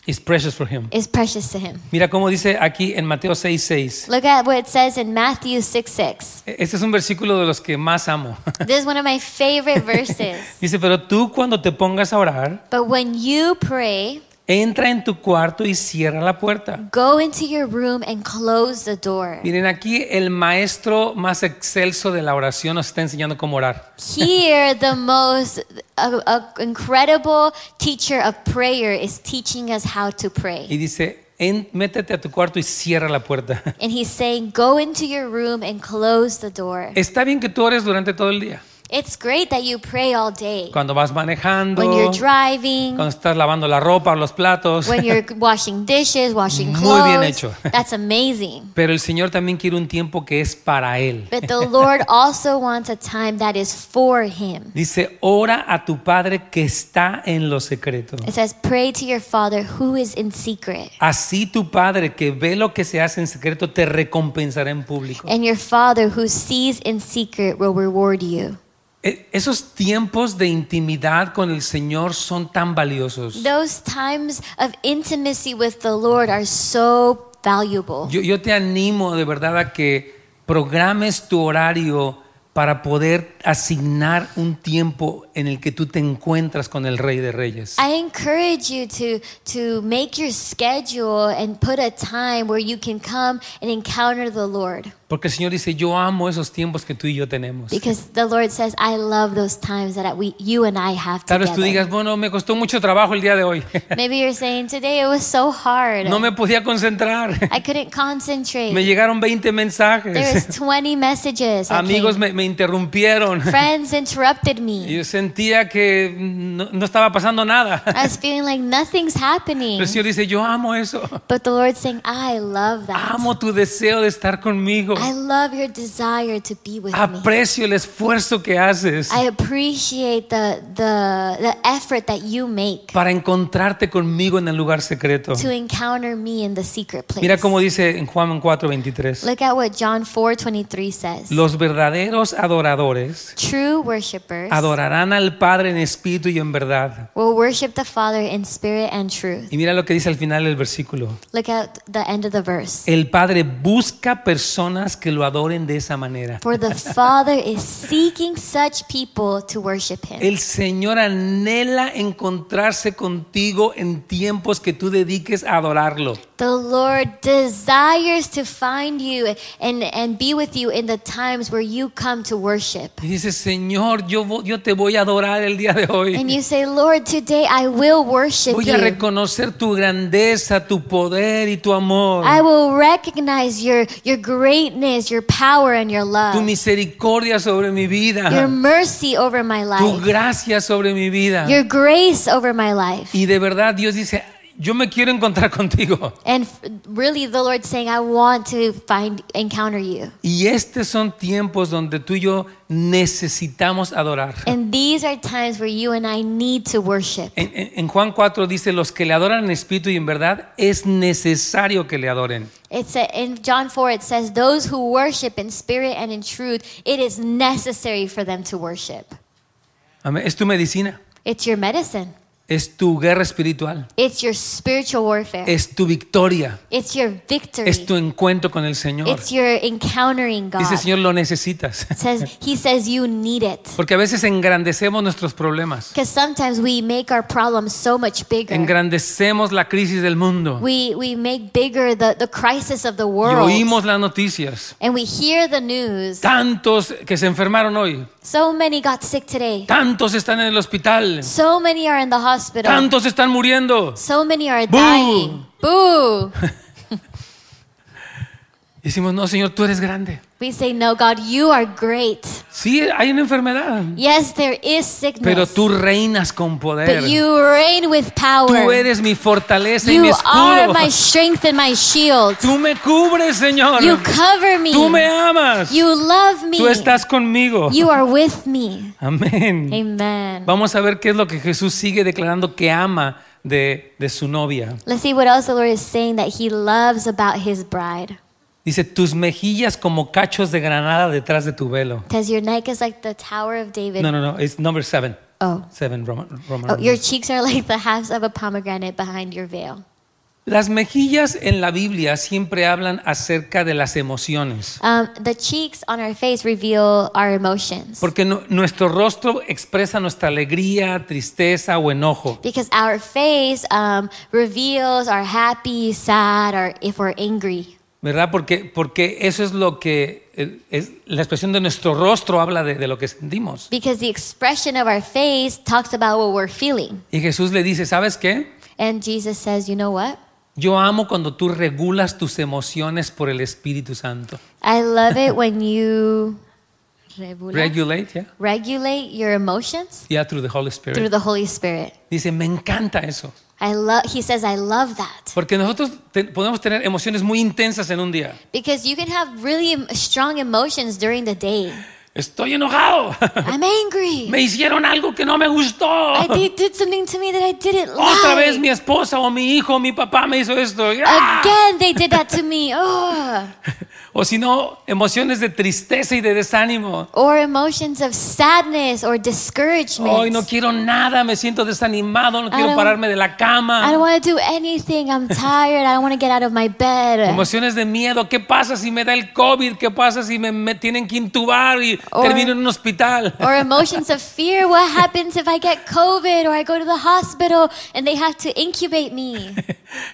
S2: It's precious for Him.
S3: is precious to Him.
S2: Mira cómo dice aquí en Mateo 6, 6.
S3: Look at what it says in Matthew 6 6.
S2: Este es un versículo de los que más amo.
S3: This is one of
S2: [LAUGHS]
S3: my favorite verses.
S2: Dice, pero tú cuando te pongas a orar,
S3: But when you pray,
S2: entra en tu cuarto y cierra la puerta.
S3: go into your room and close the door.
S2: Miren, aquí el maestro más excelso de la oración nos está enseñando cómo orar.
S3: Here, the most uh, uh, incredible teacher of prayer is teaching us how to
S2: Y
S3: pray.
S2: dice, "En- métete a tu cuarto y cierra la puerta. [LAUGHS]
S3: And he's saying, go into your room and close the door.
S2: Está bien que tú ores durante todo el día.
S3: It's great that you pray all day.
S2: Cuando vas manejando,
S3: When you're driving,
S2: cuando estás lavando la ropa o los platos.
S3: when you're washing dishes, washing
S2: Muy bien
S3: clothes.
S2: hecho.
S3: That's amazing.
S2: Pero el Señor también quiere un tiempo que es para Él.
S3: But the Lord also wants a time that is for Him.
S2: Dice, ora a tu Padre que está en lo secreto.
S3: It says, Pray to your Father who is in secret.
S2: Así tu Padre que ve lo que se hace en secreto te recompensará en público.
S3: And your Father who sees in secret will reward you.
S2: E- Esos tiempos de intimidad con el Señor son tan valiosos.
S3: Those times of intimacy with the Lord are so valuable.
S2: Yo, yo te animo de verdad a que programes tu horario para poder asignar un tiempo en el que tú te encuentras con el Rey de Reyes.
S3: I encourage you to to make your schedule and put a time where you can come and encounter the Lord.
S2: Porque el Señor dice, yo amo esos tiempos que tú y yo tenemos.
S3: Because the Lord says, I love those times that we, you and I have
S2: Tal vez tú
S3: together.
S2: digas, bueno, me costó mucho trabajo el día de hoy. [LAUGHS]
S3: Maybe you're saying, today it was so hard.
S2: No me podía concentrar.
S3: I couldn't concentrate.
S2: Me llegaron 20 [LAUGHS]
S3: There
S2: mensajes.
S3: was 20 messages. that
S2: Amigos
S3: came.
S2: me, me interrumpieron.
S3: Friends interrupted
S2: Y [LAUGHS]
S3: me.
S2: Yo sentía que no, no estaba pasando nada.
S3: I was feeling like nothing's happening.
S2: El Señor dice, yo amo eso.
S3: But the Lord's saying, I love that.
S2: Amo tu deseo de estar conmigo.
S3: I love your desire to be with me.
S2: Aprecio el esfuerzo que haces
S3: I appreciate the, the, the effort that you make
S2: para encontrarte conmigo en el lugar secreto.
S3: to encounter me in the secret place.
S2: Mira cómo dice en Juan 4:23.
S3: Look at what John 4.23 says.
S2: Los verdaderos adoradores
S3: True worshippers
S2: adorarán al Padre en espíritu y en verdad.
S3: will worship the Father in spirit and truth.
S2: Y mira lo que dice al final del versículo.
S3: Look at the end of the verse.
S2: El Padre busca personas que lo adoren de esa manera.
S3: For the Father is seeking such people to worship him.
S2: El Señor anhela encontrarse contigo en tiempos que tú dediques a adorarlo.
S3: The Lord desires to find you and, and be with you in the times where you come to worship.
S2: Y dices, Señor, yo, vo- yo te voy a adorar el día de
S3: And
S2: hoy.
S3: you say, Lord, today I will worship
S2: Voy a
S3: you.
S2: reconocer tu grandeza, tu poder y tu amor.
S3: I will recognize your, your greatness, your power, and your
S2: Tu
S3: love,
S2: misericordia sobre mi
S3: your
S2: vida.
S3: mercy over my
S2: Tu
S3: life,
S2: gracia sobre mi vida.
S3: your grace over my life.
S2: Y de verdad Dios dice, yo me quiero encontrar [LAUGHS] contigo.
S3: And f- really, the Lord's saying, I want to find, encounter you.
S2: Y estos son tiempos donde tú y yo necesitamos adorar.
S3: And these are times where you and I need to worship.
S2: En, en- en Juan 4 dice, los que le adoran en espíritu y en verdad, es necesario que le adoren.
S3: It's a, in John 4, it says, Those who worship in spirit and in truth, it is necessary for them to worship.
S2: Amén. Es tu medicina,
S3: It's your medicine,
S2: es tu guerra espiritual,
S3: it's your spiritual warfare,
S2: es tu victoria,
S3: it's your victory,
S2: es tu encuentro con el Señor.
S3: it's your encountering God.
S2: Dice, Señor, lo necesitas.
S3: says, he says, You need it.
S2: [LAUGHS] Porque a veces engrandecemos nuestros problemas,
S3: Because sometimes we make our problems so much bigger.
S2: engrandecemos la crisis del mundo
S3: we, we make bigger the, the crisis of the
S2: y
S3: world.
S2: oímos las noticias.
S3: and we hear the news
S2: Tantos que se enfermaron hoy,
S3: So many got sick today.
S2: Tantos están en el hospital.
S3: So many are in the hospital.
S2: Tantos están muriendo.
S3: So many are
S2: Boo.
S3: dying. Boo!
S2: Y Decimos, no, Señor, tú eres grande.
S3: We say, No, God, you are great.
S2: Sí, hay una enfermedad,
S3: Yes, there is sickness.
S2: pero tú reinas con
S3: but
S2: poder.
S3: you reign with power.
S2: Tú eres mi fortaleza y mi
S3: you are
S2: escudo.
S3: my strength and my shield.
S2: Tú me cubres, Señor.
S3: You cover me.
S2: Tú me amas.
S3: You love me.
S2: Tú estás conmigo.
S3: You are with me.
S2: Amén.
S3: Amen.
S2: Vamos a ver qué es lo que Jesús sigue declarando que ama de, de su novia.
S3: Let's see what else the Lord is saying that He loves about His bride.
S2: Dice, tus mejillas como cachos de granada detrás de tu velo.
S3: Because your neck is like the Tower of David.
S2: No, no, no, es number seven.
S3: Oh.
S2: Seven, Roman, Roman
S3: Oh, your
S2: numerals.
S3: cheeks are like the halves of a pomegranate behind your veil.
S2: Las mejillas en la Biblia siempre hablan acerca de las emociones.
S3: Um, the cheeks on our face reveal our emotions.
S2: Porque nu- nuestro rostro expresa nuestra alegría, tristeza o enojo.
S3: Because our face um, reveals our happy, sad, or if we're angry.
S2: ¿Verdad? Porque, porque eso es lo que, eh, es, la expresión de nuestro rostro habla de, de lo que sentimos.
S3: Because the expression of our face talks about what we're feeling.
S2: Y Jesús le dice, ¿sabes qué?
S3: And Jesus says, you know what?
S2: Yo amo cuando tú regulas tus emociones por el Espíritu Santo.
S3: I love it when you regula-
S2: Regulate, yeah?
S3: regulate your emotions
S2: Yeah, through the Holy
S3: through
S2: Spirit.
S3: the Holy Spirit.
S2: Dice, me encanta eso.
S3: I love. He says, I love that
S2: Porque nosotros te- podemos tener emociones muy intensas en un día.
S3: because you can have really em- strong emotions during the day.
S2: Estoy enojado. [LAUGHS]
S3: I'm angry.
S2: me hicieron algo que no me gustó. [LAUGHS]
S3: I, they did something to me that I didn't
S2: Otra vez
S3: like.
S2: mi esposa o mi hijo o mi papá me hizo esto. ¡Ah!
S3: Again, they did that to me. Oh.
S2: [LAUGHS] O si no, emociones de tristeza y de desánimo.
S3: Or emotions of sadness or discouragement.
S2: Hoy no quiero nada, me siento desanimado, no quiero
S3: don't-
S2: pararme de la
S3: I don't
S2: cama.
S3: want to do anything. I'm tired. I don't want to get out of my bed.
S2: Emociones de miedo, ¿qué pasa si me da el COVID? ¿Qué pasa si me, me tienen que intubar y
S3: Or-
S2: termino en un hospital?
S3: Or emotions of fear. What happens if I get COVID or I go to the hospital and they have to incubate me?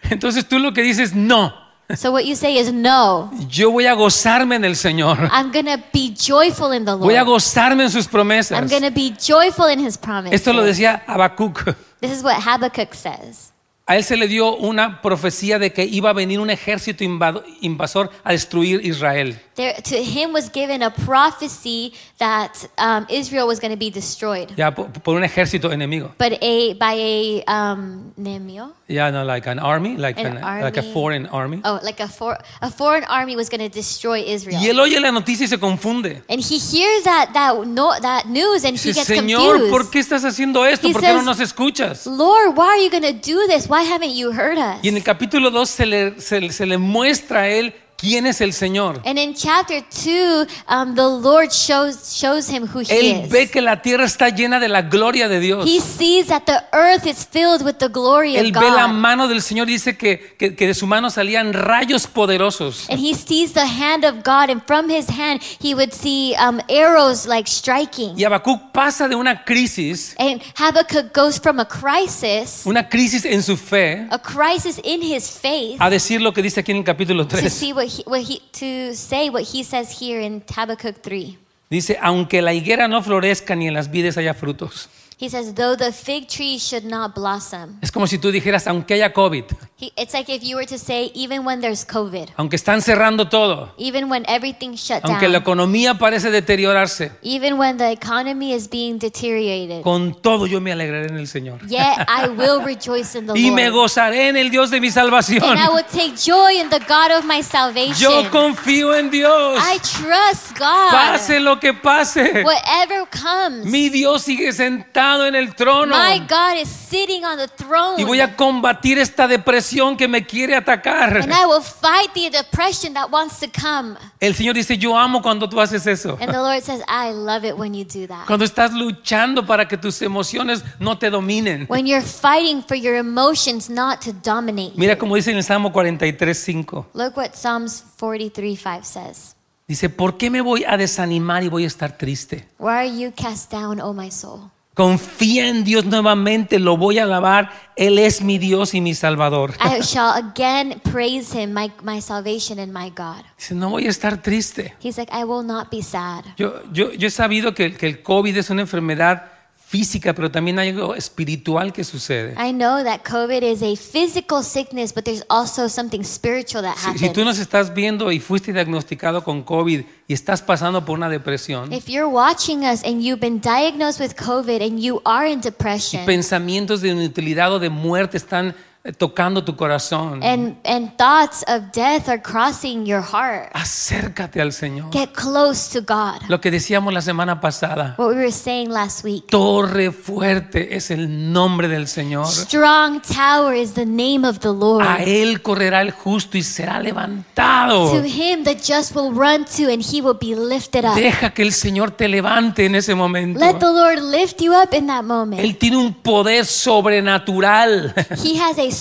S2: [LAUGHS] Entonces tú lo que dices, no,
S3: So what you say is no.
S2: yo voy a gozarme en el Señor,
S3: I'm going to be joyful in the
S2: voy a
S3: Lord.
S2: gozarme en sus
S3: I'm
S2: promesas.
S3: going to be joyful in his promise.
S2: Esto lo decía Habacuc.
S3: This is what Habakkuk says.
S2: A él se le dio una profecía de que iba a venir un ejército invado- invasor a destruir Israel.
S3: There, to him was given a prophecy that um, Israel was going to be destroyed,
S2: Ya po- por un ejército enemigo.
S3: but a by a um, nemio,
S2: Ya no, like an army, like,
S3: An
S2: an- like a
S3: army.
S2: foreign army.
S3: oh, like a for, a foreign army was going to destroy Israel.
S2: Y él oye la noticia y se confunde.
S3: And he hears that that no, that news, and he
S2: Dice,
S3: gets
S2: Señor, ¿por
S3: confused.
S2: qué estás haciendo esto?
S3: He
S2: ¿Por qué no
S3: says-
S2: nos escuchas?
S3: Lord, why are you going to do this? Why haven't you heard us?
S2: Y en el capítulo 2 se le, se- se le muestra a él quién es el Señor.
S3: And in chapter two, um, the Lord shows shows him who he
S2: Él ve
S3: is.
S2: que la tierra está llena de la gloria de Dios.
S3: He sees that the earth is filled with the glory
S2: Él
S3: of
S2: ve la
S3: God.
S2: mano del Señor y dice que, que- que de su mano salían rayos poderosos.
S3: And he sees the hand of God, and from his hand he would see um, arrows like striking.
S2: Y Habacuc pasa de una crisis,
S3: And Habakkuk goes from a crisis,
S2: una crisis en su fe,
S3: a crisis in his faith,
S2: a decir lo que dice aquí en el capítulo
S3: to
S2: 3.
S3: see what he, what he to say what he says here in Habakkuk three.
S2: Dice, aunque la higuera no florezca ni en las vides haya frutos.
S3: He says, though the fig tree should not blossom.
S2: Es como si tú dijeras, aunque haya COVID,
S3: He, it's like if you were to say, even when there's COVID,
S2: aunque están cerrando todo,
S3: even when everything's shut
S2: aunque la
S3: down,
S2: economía parece deteriorarse,
S3: even when the economy is being deteriorated,
S2: con todo yo me alegraré en el Señor.
S3: yet
S2: [LAUGHS]
S3: I will rejoice in the
S2: Y me
S3: Lord.
S2: gozaré en el Dios de mi salvación.
S3: And I will take joy in the God of my salvation.
S2: Yo confío en Dios.
S3: I trust God. Pues.
S2: Pase lo que pase.
S3: Whatever comes,
S2: Mi Dios sigue sentado en el trono.
S3: my God is sitting on the throne.
S2: Y voy a combatir esta depresión que me quiere
S3: and
S2: atacar.
S3: I will fight the depression that wants to come.
S2: El Señor dice, yo amo cuando tú haces eso.
S3: And the Lord says, I love it when you do that.
S2: Cuando estás luchando para que tus emociones no te dominen.
S3: When you're fighting for your emotions not to dominate. you.
S2: Mira como dice en el Salmo 43, 5.
S3: Look what Psalms 43 5 says.
S2: Dice, ¿por qué me voy a desanimar y voy a estar triste?
S3: Why are you cast down, O my soul?
S2: Confía en Dios nuevamente, lo voy a alabar. Él es mi Dios y mi Salvador.
S3: I shall again praise him, my, my salvation and my God.
S2: Dice, no voy a estar triste.
S3: He's like, I will not be sad.
S2: Yo, yo, yo he sabido que, que el COVID es una enfermedad física, pero también hay algo espiritual que sucede.
S3: I know that COVID is a physical sickness, but there's also something spiritual that
S2: Si, si
S3: happens.
S2: tú nos estás viendo y fuiste diagnosticado con COVID y estás pasando por una depresión,
S3: If you're watching us and you've been diagnosed with COVID and you are in
S2: y
S3: depression
S2: pensamientos de inutilidad o de muerte están eh, tocando tu corazón,
S3: and, and thoughts of death are crossing your heart,
S2: acércate al Señor.
S3: get close to God.
S2: Lo que decíamos la semana pasada,
S3: What we were saying last week.
S2: torre fuerte es el nombre del Señor.
S3: Strong tower is the name of the
S2: A
S3: Lord.
S2: Él correrá el justo y será levantado.
S3: To him the just will run to and he will be lifted up.
S2: Deja que el Señor te levante en ese momento.
S3: Let the Lord lift you up in that moment.
S2: Él tiene un poder
S3: [LAUGHS]
S2: sobrenatural
S3: He has a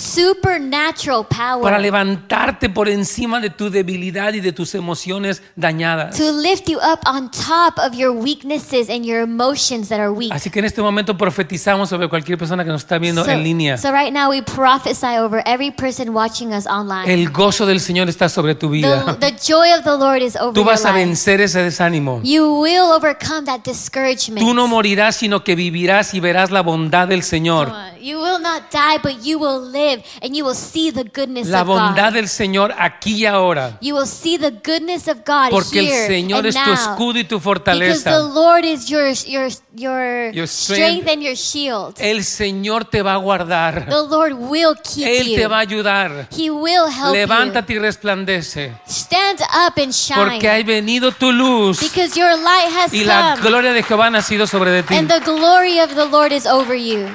S3: supernatural
S2: para
S3: power
S2: levantarte por encima de tu debilidad y de tus emociones dañadas.
S3: to lift you up on top of your weaknesses and your emotions that are weak.
S2: Así que en este momento profetizamos sobre cualquier persona que nos está viendo en línea.
S3: so right now we prophesy over every person watching us online.
S2: El gozo del Señor está sobre tu
S3: the,
S2: vida.
S3: the joy of the Lord is over
S2: Tú
S3: your
S2: vas a
S3: life.
S2: vencer ese desánimo.
S3: You will overcome that discouragement.
S2: Tú no morirás, sino que vivirás y verás la bondad del Señor.
S3: Uh, You will not die, but you will live, and you will see the goodness
S2: La
S3: of oh God.
S2: bondad del Señor aquí y ahora.
S3: You will see the goodness of God
S2: Porque el
S3: here
S2: Señor
S3: and
S2: es tu
S3: now.
S2: escudo y tu
S3: Because the
S2: fortaleza.
S3: Lord is your your your,
S2: Your strength.
S3: strength. and your shield.
S2: El Señor te va a guardar.
S3: The Lord will keep
S2: Él
S3: you.
S2: te va a ayudar.
S3: He will help
S2: Levántate y resplandece.
S3: you. Stand up and shine.
S2: Porque ha venido tu luz
S3: Because your light has
S2: y la
S3: come.
S2: gloria de Jehová ha nacido sobre de ti.
S3: And the glory of the Lord is over you.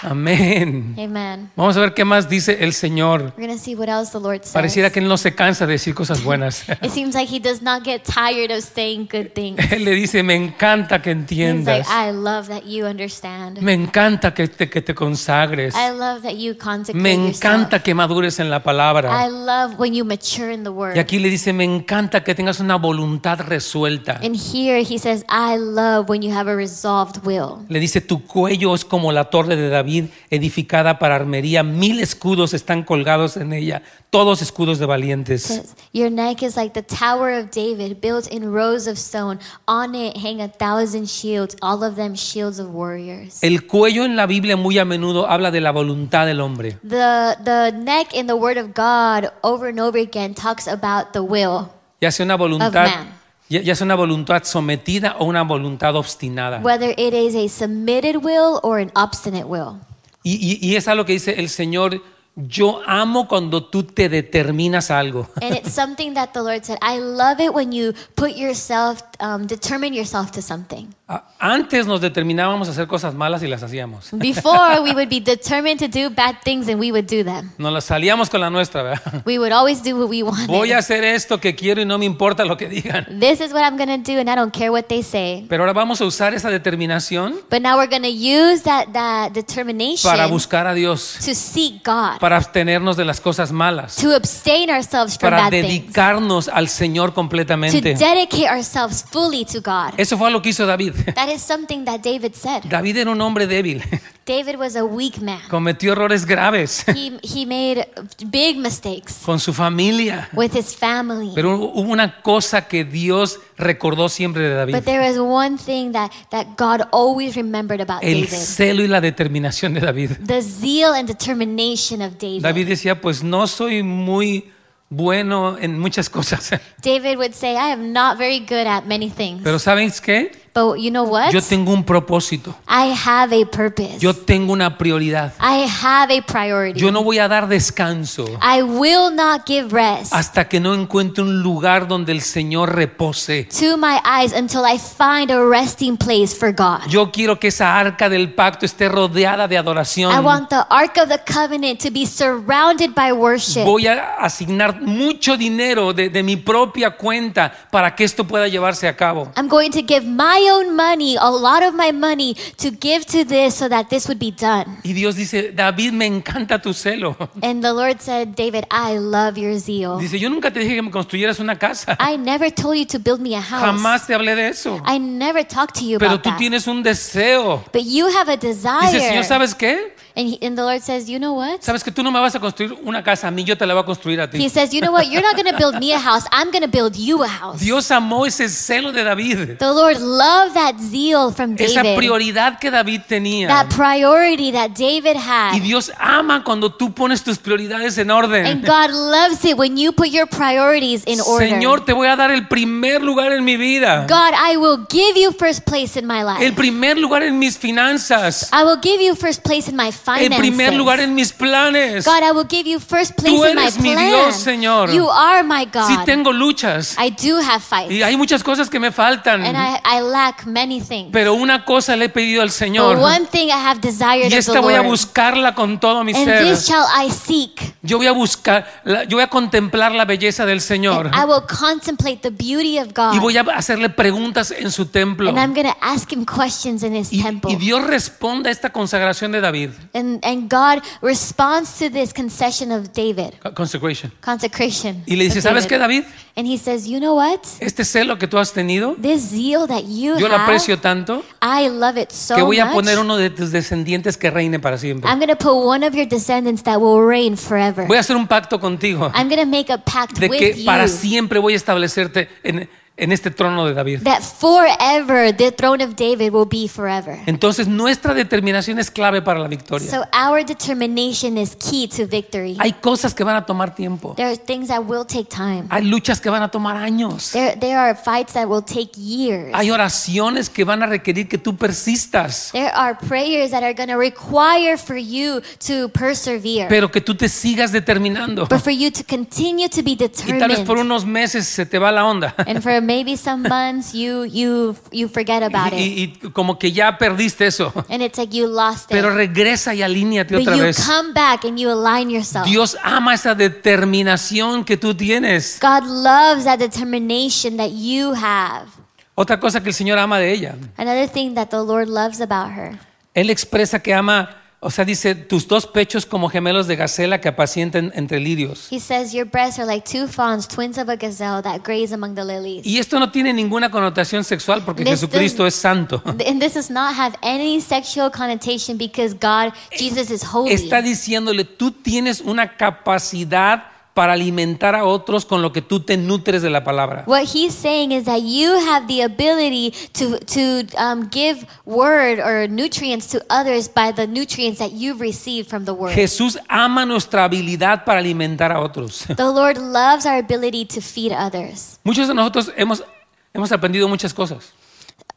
S2: Amén.
S3: Amen.
S2: Vamos a ver qué más dice el Señor.
S3: We're going to see what else the Lord says.
S2: Pareciera que Él no se cansa de decir cosas buenas.
S3: [LAUGHS] It seems like he does not get tired of saying good things.
S2: [LAUGHS] Él le dice, me encanta que
S3: He's like,
S2: entiendas.
S3: I love that you understand.
S2: Me encanta que te, que te consagres.
S3: I love that you consecrate
S2: Me
S3: yourself.
S2: encanta que madures en la
S3: I
S2: palabra.
S3: love when you mature in the word.
S2: Y aquí le dice, me encanta que tengas una voluntad resuelta.
S3: And here he says, I love when you have a resolved will.
S2: Le dice, tu cuello es como la torre de David edificada para armería. Mil escudos están colgados en ella, todos escudos de valientes.
S3: Says, Your neck is like the Tower of David, built in rows of stone. On it hang a thousand shields, all of them shields of warriors.
S2: El cuello en la Biblia muy a menudo habla de la voluntad del hombre.
S3: The, the neck in the word of God over and over again talks about the will,
S2: Ya sea una voluntad,
S3: Of man.
S2: ya, ya sea una voluntad sometida o una voluntad obstinada.
S3: whether it is a submitted will or an obstinate will.
S2: Y, y- y es algo que dice el Señor, yo amo cuando tú te determinas a
S3: [LAUGHS]
S2: algo.
S3: And it's something that the Lord said. I love it when you put yourself, um, determine yourself to something.
S2: A- Antes nos determinábamos a hacer cosas malas y las hacíamos.
S3: Before, we would be determined to do bad things and we would do them.
S2: Nos las salíamos con la nuestra, ¿verdad?
S3: We would always do what we wanted.
S2: Voy a hacer esto que quiero y no me importa lo que digan.
S3: This is what I'm going to do and I don't care what they say.
S2: Pero ahora vamos a usar esa determinación
S3: But now we're going to use that, that determination
S2: para buscar a Dios,
S3: to seek God,
S2: para abstenernos de las cosas malas,
S3: to abstain ourselves from
S2: para
S3: bad things,
S2: dedicarnos al Señor
S3: to
S2: completamente.
S3: dedicate ourselves fully to God.
S2: Eso fue lo que hizo David. [LAUGHS]
S3: That is something that David said.
S2: David era un hombre débil, [LAUGHS]
S3: David was a weak man.
S2: cometió errores graves [LAUGHS]
S3: He, he made big mistakes.
S2: con su familia.
S3: with his family.
S2: Pero hubo una cosa que Dios recordó siempre de David.
S3: But there was one thing that, that God always remembered about
S2: El
S3: David
S2: celo y la determinación de David.
S3: the zeal and determination of David.
S2: David decía, pues no soy muy bueno en muchas cosas. [LAUGHS]
S3: David would say, I am not very good at many things.
S2: Pero ¿sabes qué?
S3: but you know what?
S2: Yo tengo un propósito.
S3: I have a purpose.
S2: Yo tengo una prioridad.
S3: I have a priority.
S2: Yo no voy a dar descanso
S3: I will not give rest
S2: hasta que no encuentre un lugar donde el Señor repose.
S3: to my eyes until I find a resting place for God.
S2: Yo quiero que esa arca del pacto esté rodeada de
S3: I
S2: adoración.
S3: want the Ark of the Covenant to be surrounded by worship.
S2: Voy a asignar mucho dinero de, de mi propia cuenta para que esto pueda llevarse a cabo.
S3: I'm going to give my my own money, a lot of my money, to give to this so that this would be done.
S2: Y Dios dice, David, me encanta tu celo.
S3: And the Lord said, David, I love your zeal.
S2: Dice, yo nunca te dije que me construyeras una casa.
S3: Oh. I never told you to build me a house.
S2: Jamás te hablé de eso.
S3: I never talked to you
S2: Pero
S3: about
S2: tú
S3: that.
S2: tienes un deseo.
S3: But you have a
S2: Dice, Señor,
S3: desire.
S2: ¿sabes qué?
S3: And, he, and the Lord says, You know what?
S2: Sabes que tú no me vas a construir una casa, a mí yo te la voy a construir a
S3: He
S2: ti.
S3: says, You know what? You're not going to build me a house. I'm going to build you a house.
S2: Dios amó ese celo de David,
S3: The Lord loved that zeal from
S2: esa
S3: David,
S2: prioridad que David tenía.
S3: that priority that David
S2: Y
S3: had.
S2: Dios ama cuando tú pones tus prioridades en orden.
S3: And God loves it when you put your priorities in order.
S2: Señor, te voy a dar el primer lugar en mi vida.
S3: God, I will give you first place in my
S2: El
S3: life.
S2: primer lugar en mis finanzas.
S3: I will give you first place in my
S2: El primer lugar
S3: finances.
S2: en mis planes.
S3: God, I will give you first place
S2: Tú
S3: in my
S2: eres mi Dios,
S3: plan.
S2: Señor.
S3: You are my
S2: Sí
S3: God.
S2: tengo luchas.
S3: I do
S2: Y
S3: have fights.
S2: hay muchas cosas que me
S3: And
S2: faltan.
S3: I, I lack many things.
S2: Pero una cosa le he pedido al Señor.
S3: But one thing I have desired
S2: Y
S3: of
S2: esta
S3: the
S2: voy a
S3: Lord.
S2: buscarla con todo mi
S3: And
S2: ser.
S3: this shall I seek.
S2: Yo voy a buscar, la- yo voy a contemplar la belleza del Señor.
S3: And I will contemplate the beauty of
S2: Y
S3: God.
S2: voy a hacerle preguntas en su templo.
S3: And I'm going to ask him questions in his
S2: Y, y
S3: temple.
S2: Dios responde a esta consagración de David.
S3: And, and God responds to this concession of David,
S2: Co- Consecration.
S3: consecration.
S2: Y le
S3: of
S2: dice, ¿sabes qué,
S3: David."
S2: David?
S3: And he says, You know what?
S2: Este celo que tú has tenido,
S3: This zeal that you
S2: yo lo
S3: have,
S2: aprecio tanto
S3: I love it so
S2: que voy a
S3: much.
S2: poner uno de tus descendientes que reine para siempre.
S3: I'm going to put one of your descendants that will reign forever.
S2: Voy a hacer un pacto contigo
S3: I'm going to make a pact
S2: de
S3: with
S2: que
S3: you
S2: para siempre voy a establecerte en, en este trono de David.
S3: that forever the throne of David will be forever.
S2: Entonces nuestra determinación es clave para la victoria.
S3: So our determination is key to victory.
S2: Hay cosas que van a tomar tiempo.
S3: There are things that will take time.
S2: Hay luchas que van a tomar años.
S3: There, there are fights that will take years.
S2: Hay oraciones que van a requerir que tú persistas,
S3: There are prayers that are going to require for you to persevere,
S2: pero que tú te sigas determinando.
S3: but for you to continue to
S2: [LAUGHS]
S3: be
S2: Y tal vez por
S3: determined.
S2: unos meses se te va la onda.
S3: [LAUGHS] And for maybe some months, you you you forget about
S2: Y,
S3: it,
S2: y- y como que ya perdiste eso.
S3: and it's like you lost
S2: Pero
S3: it.
S2: regresa y alíñate
S3: But
S2: otra
S3: you
S2: vez.
S3: come back and you align yourself.
S2: Dios ama esa determinación que tú tienes.
S3: God loves that determination that you have.
S2: Otra cosa que el Señor ama de ella.
S3: Another thing that the Lord loves about her.
S2: Él expresa que ama, o sea, dice, tus dos pechos como gemelos de gacela que apacienten entre lirios.
S3: He says, Your breasts are like two fawns, twins of a gazelle that graze among the lilies.
S2: Y esto no tiene ninguna connotación sexual porque
S3: This
S2: Jesucristo es santo.
S3: And this does not have any sexual connotation because God, Jesus, is holy.
S2: Está diciéndole, tú tienes una capacidad para alimentar a otros con lo que tú te nutres de la palabra.
S3: What he's saying is that you have the ability to, to um, give word or nutrients to others by the nutrients that you've received from the word.
S2: Jesús ama nuestra habilidad para alimentar a otros. [LAUGHS]
S3: The Lord loves our ability to feed others.
S2: Muchos de nosotros hemos, hemos aprendido muchas cosas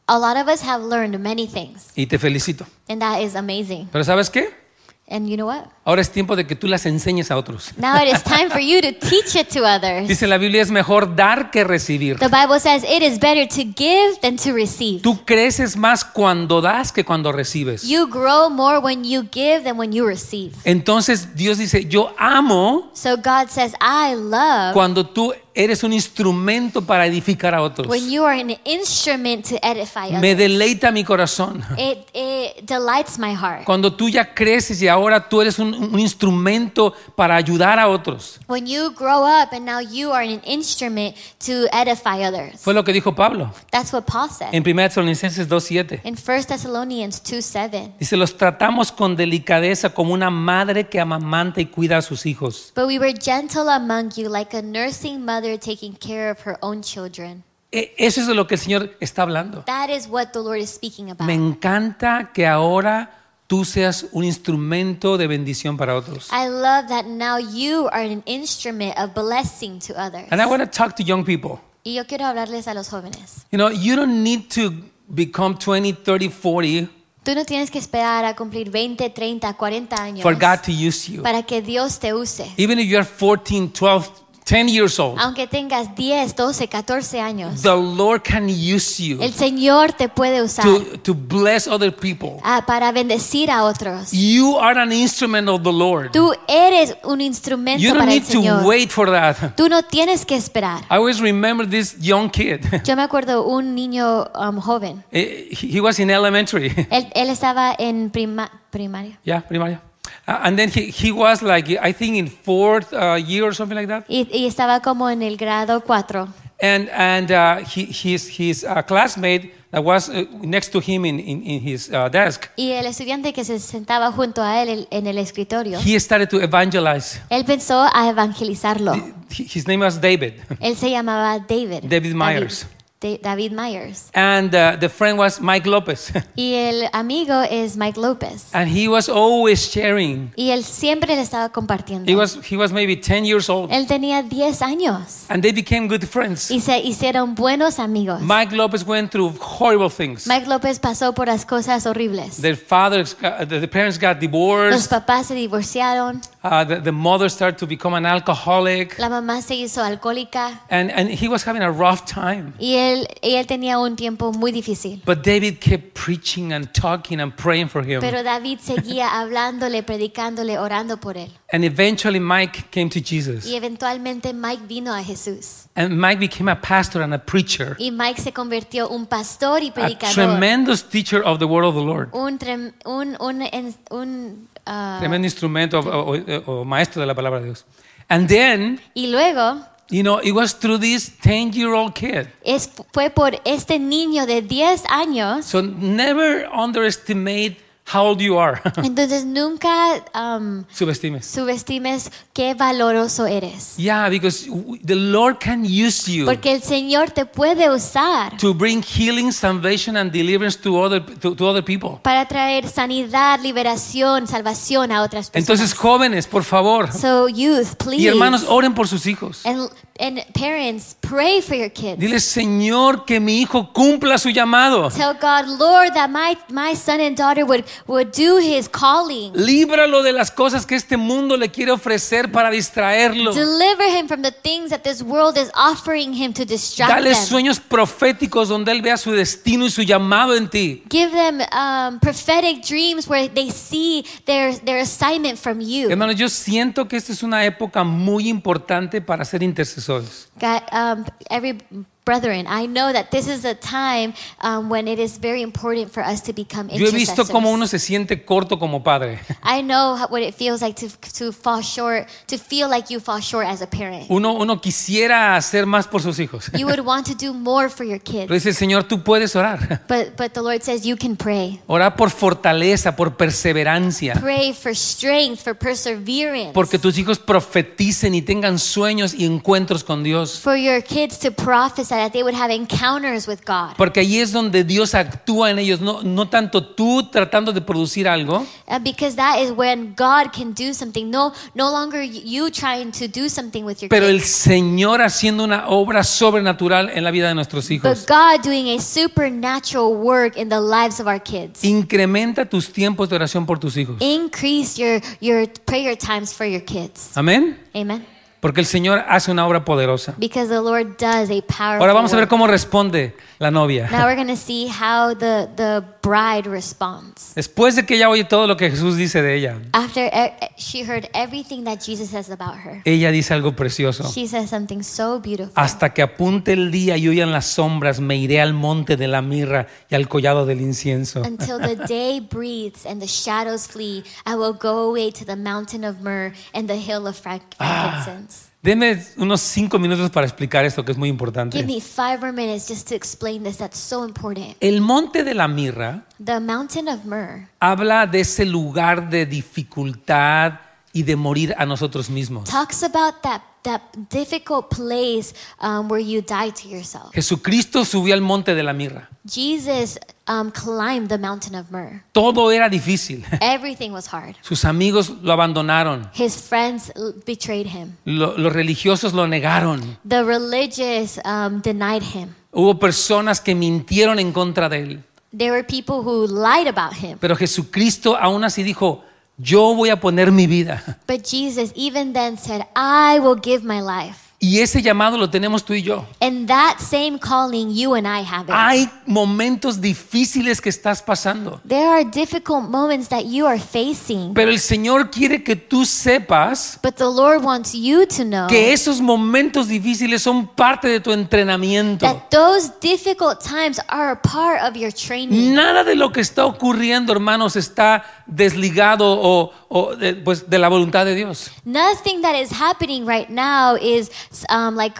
S3: A lot of us have learned many things,
S2: y te felicito.
S3: and that is amazing.
S2: Pero ¿sabes qué?
S3: And you know what?
S2: Ahora es tiempo de que tú las enseñes a otros.
S3: Now it is time for you to teach it to others.
S2: Dice la Biblia, es mejor dar que recibir.
S3: The Bible says it is better to give than to receive.
S2: Tú creces más cuando das que cuando recibes.
S3: You grow more when you give than when you receive.
S2: Entonces Dios dice, yo amo
S3: So God says, I love
S2: cuando tú eres un instrumento para edificar a otros.
S3: when you are an instrument to edify
S2: Me
S3: others.
S2: deleita mi corazón.
S3: It, it delights my heart.
S2: Cuando tú ya creces y ahora tú eres un, un instrumento para ayudar a otros.
S3: When you grow up and now you are an instrument to edify others.
S2: Fue lo que dijo Pablo
S3: That's what Paul said
S2: en 1 Tesalonicenses 2.7.
S3: in 1 Thessalonians 2 7.
S2: Dice, los tratamos con delicadeza como una madre que amamanta y cuida a sus hijos.
S3: But we were gentle among you, like a nursing mother taking care of her own children.
S2: E- Eso es de lo que el Señor está hablando.
S3: That is what the Lord is speaking about.
S2: Me encanta que ahora tú seas un instrumento de bendición para otros.
S3: I love that now you are an instrument of blessing to others.
S2: And I want to talk to young people.
S3: Y yo quiero hablarles a los jóvenes.
S2: You know, you don't need to become 20, 30, 40
S3: Tú no tienes que esperar a cumplir 20, 30, 40 años
S2: for God to use you.
S3: para que Dios te use.
S2: Even if you are 14, 12, 10 years old,
S3: Aunque tengas 10, 12, 14 años,
S2: the Lord can use you
S3: el Señor te puede usar
S2: to, to bless other people.
S3: ah, para bendecir a otros.
S2: You are an instrument of the Lord.
S3: Tú eres un
S2: You
S3: instrumento
S2: don't
S3: para el
S2: need to
S3: Señor.
S2: wait for that. [LAUGHS]
S3: Tú no tienes que esperar.
S2: I always remember this young kid. [LAUGHS]
S3: Yo me acuerdo un niño um, joven.
S2: Eh, he he was in elementary. [LAUGHS]
S3: Él, él estaba en prima- primaria.
S2: yeah, primaria. Uh, and then he, he was like, I think in fourth uh, year or something like that.
S3: Y, y estaba como en el grado 4.
S2: And, and uh, he, his, his uh, classmate that was uh, next to him in, in, in his uh, desk,
S3: Y el estudiante que se sentaba junto a él el- en el escritorio,
S2: he started to evangelize.
S3: él pensó a evangelizarlo.
S2: He- His name was David.
S3: Él se llamaba David.
S2: David Myers.
S3: Da- David Myers.
S2: And uh, the friend was Mike Lopez. [LAUGHS]
S3: Y el amigo es Mike López.
S2: and he was always sharing.
S3: Y él siempre le estaba compartiendo.
S2: He was, he was maybe 10 years old.
S3: Él tenía 10 años
S2: And they became good friends.
S3: y se hicieron buenos amigos.
S2: Mike Lopez went through horrible things.
S3: Mike López pasó por las cosas horribles.
S2: Their fathers, uh, the the parents got
S3: Los
S2: divorced.
S3: papás se divorciaron,
S2: Uh, the, the mother started to become an alcoholic.
S3: la mamá se hizo alcohólica
S2: And, and he was having a rough time.
S3: y él, y él tenía un tiempo muy difícil.
S2: But David kept preaching and talking and praying for him.
S3: Pero David seguía [LAUGHS] hablándole, predicándole, orando por él.
S2: and eventually Mike came to Jesus.
S3: Y eventualmente Mike vino a Jesús.
S2: And Mike became a pastor and a preacher,
S3: Y Mike se convirtió un pastor y
S2: a
S3: predicador.
S2: tremendous teacher of the word of the Lord.
S3: Un, trem- un, un, en- un, ah,
S2: Tremendo instrumento of- o, o- o maestro de la palabra de Dios. And then,
S3: y luego
S2: you know, it was through this 10 year old kid.
S3: es, fue por este niño de 10 años
S2: So never underestimate how old you are. [LAUGHS]
S3: Entonces nunca am,
S2: Subestimes.
S3: subestimes qué valoroso eres.
S2: Yeah, because w- the Lord can use you
S3: Porque el Señor te puede usar
S2: to bring healing, salvation, and deliverance to other, to, to other people.
S3: para traer sanidad, liberación, salvación a otras
S2: Entonces,
S3: personas.
S2: jóvenes, por favor,
S3: so youth,
S2: y
S3: please.
S2: hermanos, oren por sus hijos.
S3: and, and parents, pray for your kids.
S2: Diles, Señor, que mi hijo cumpla su llamado.
S3: Tell God, Lord, that my, my son and daughter would, would do his calling.
S2: Líbralo de las cosas que este mundo le quiere ofrecer para distraerlo.
S3: Deliver him from the things that this world is offering him to distract
S2: Dale
S3: them.
S2: sueños proféticos donde él vea su destino y su llamado en ti.
S3: Give them um, prophetic dreams where they see their, their assignment from you.
S2: Hermanos, yo siento que esta es una época muy importante para ser intercesores.
S3: God, um, every brethren, I know that this is a time um, when it is very important for us to become
S2: Yo he visto
S3: intercessors.
S2: cómo uno se siente corto como padre.
S3: I know how- what it feels like to, to fall short, to feel like you fall short as a parent.
S2: Uno, uno quisiera hacer más por sus hijos.
S3: You would want to do more for your
S2: Pero
S3: kids.
S2: dice el Señor, tú puedes orar.
S3: But, but the Lord says you can pray.
S2: Orar por fortaleza, por perseverancia.
S3: Pray for strength, for perseverance.
S2: Porque tus hijos profeticen y tengan sueños y encuentros con Dios.
S3: for your kids to prophesy that they would have encounters with God.
S2: Porque ahí es donde Dios actúa en ellos, no, no tanto tú tratando de producir algo,
S3: Uh, because that is when God can do something. No, no longer y- you trying to do something with your
S2: pero el
S3: kids,
S2: Señor haciendo una obra sobrenatural en la vida de nuestros
S3: but
S2: hijos.
S3: God doing a supernatural work in the lives of our kids.
S2: Incrementa tus tiempos de oración por tus hijos.
S3: Increase your your prayer times for your kids.
S2: Amén.
S3: Amen.
S2: Porque el Señor hace una obra poderosa.
S3: Because the Lord does a powerful.
S2: Ahora vamos a ver
S3: work.
S2: cómo responde la novia.
S3: Now we're gonna see how the the bride responds
S2: [LAUGHS] Después de que ella oye todo lo que Jesús dice de ella,
S3: after e- she heard everything that Jesus says about her.
S2: ella dice algo precioso.
S3: She says something so beautiful.
S2: Hasta que apunte el día y huyan las sombras, me iré al monte de la mirra y al collado del incienso.
S3: Until the day breathes and the shadows flee, I will go away to the mountain of myrrh and the hill of frank- frankincense.
S2: Denme unos cinco minutos para explicar esto que es muy
S3: Give
S2: importante.
S3: me five more minutes just to explain this. That's so important.
S2: El monte de la mirra
S3: The mountain of myrrh
S2: habla de ese lugar de dificultad y de morir a nosotros mismos.
S3: talks about that that difficult place um, where you die to yourself.
S2: Jesucristo subió al monte de la mirra.
S3: Jesus um, climbed the mountain of myrrh.
S2: Todo era difícil. [LAUGHS]
S3: Everything was hard.
S2: Sus amigos lo abandonaron.
S3: His friends l- betrayed him.
S2: Lo- los religiosos lo negaron.
S3: The religious um, denied him.
S2: Hubo personas que mintieron en contra de él.
S3: There were people who lied about him.
S2: Pero Jesucristo aún así dijo, yo voy a poner mi vida. [LAUGHS]
S3: But Jesus even then said, I will give my life.
S2: Y ese llamado lo tenemos tú y yo.
S3: And that same calling, you and I have it.
S2: Hay momentos difíciles que estás pasando,
S3: there are difficult moments that you are facing,
S2: pero el Señor quiere que tú sepas
S3: but the Lord wants you to know
S2: que esos momentos difíciles son parte de tu entrenamiento.
S3: that those difficult times are a part of your training.
S2: Nada de lo que está ocurriendo, hermanos, está desligado o, o de, pues, de la voluntad de Dios.
S3: Nothing that is happening right now is um, like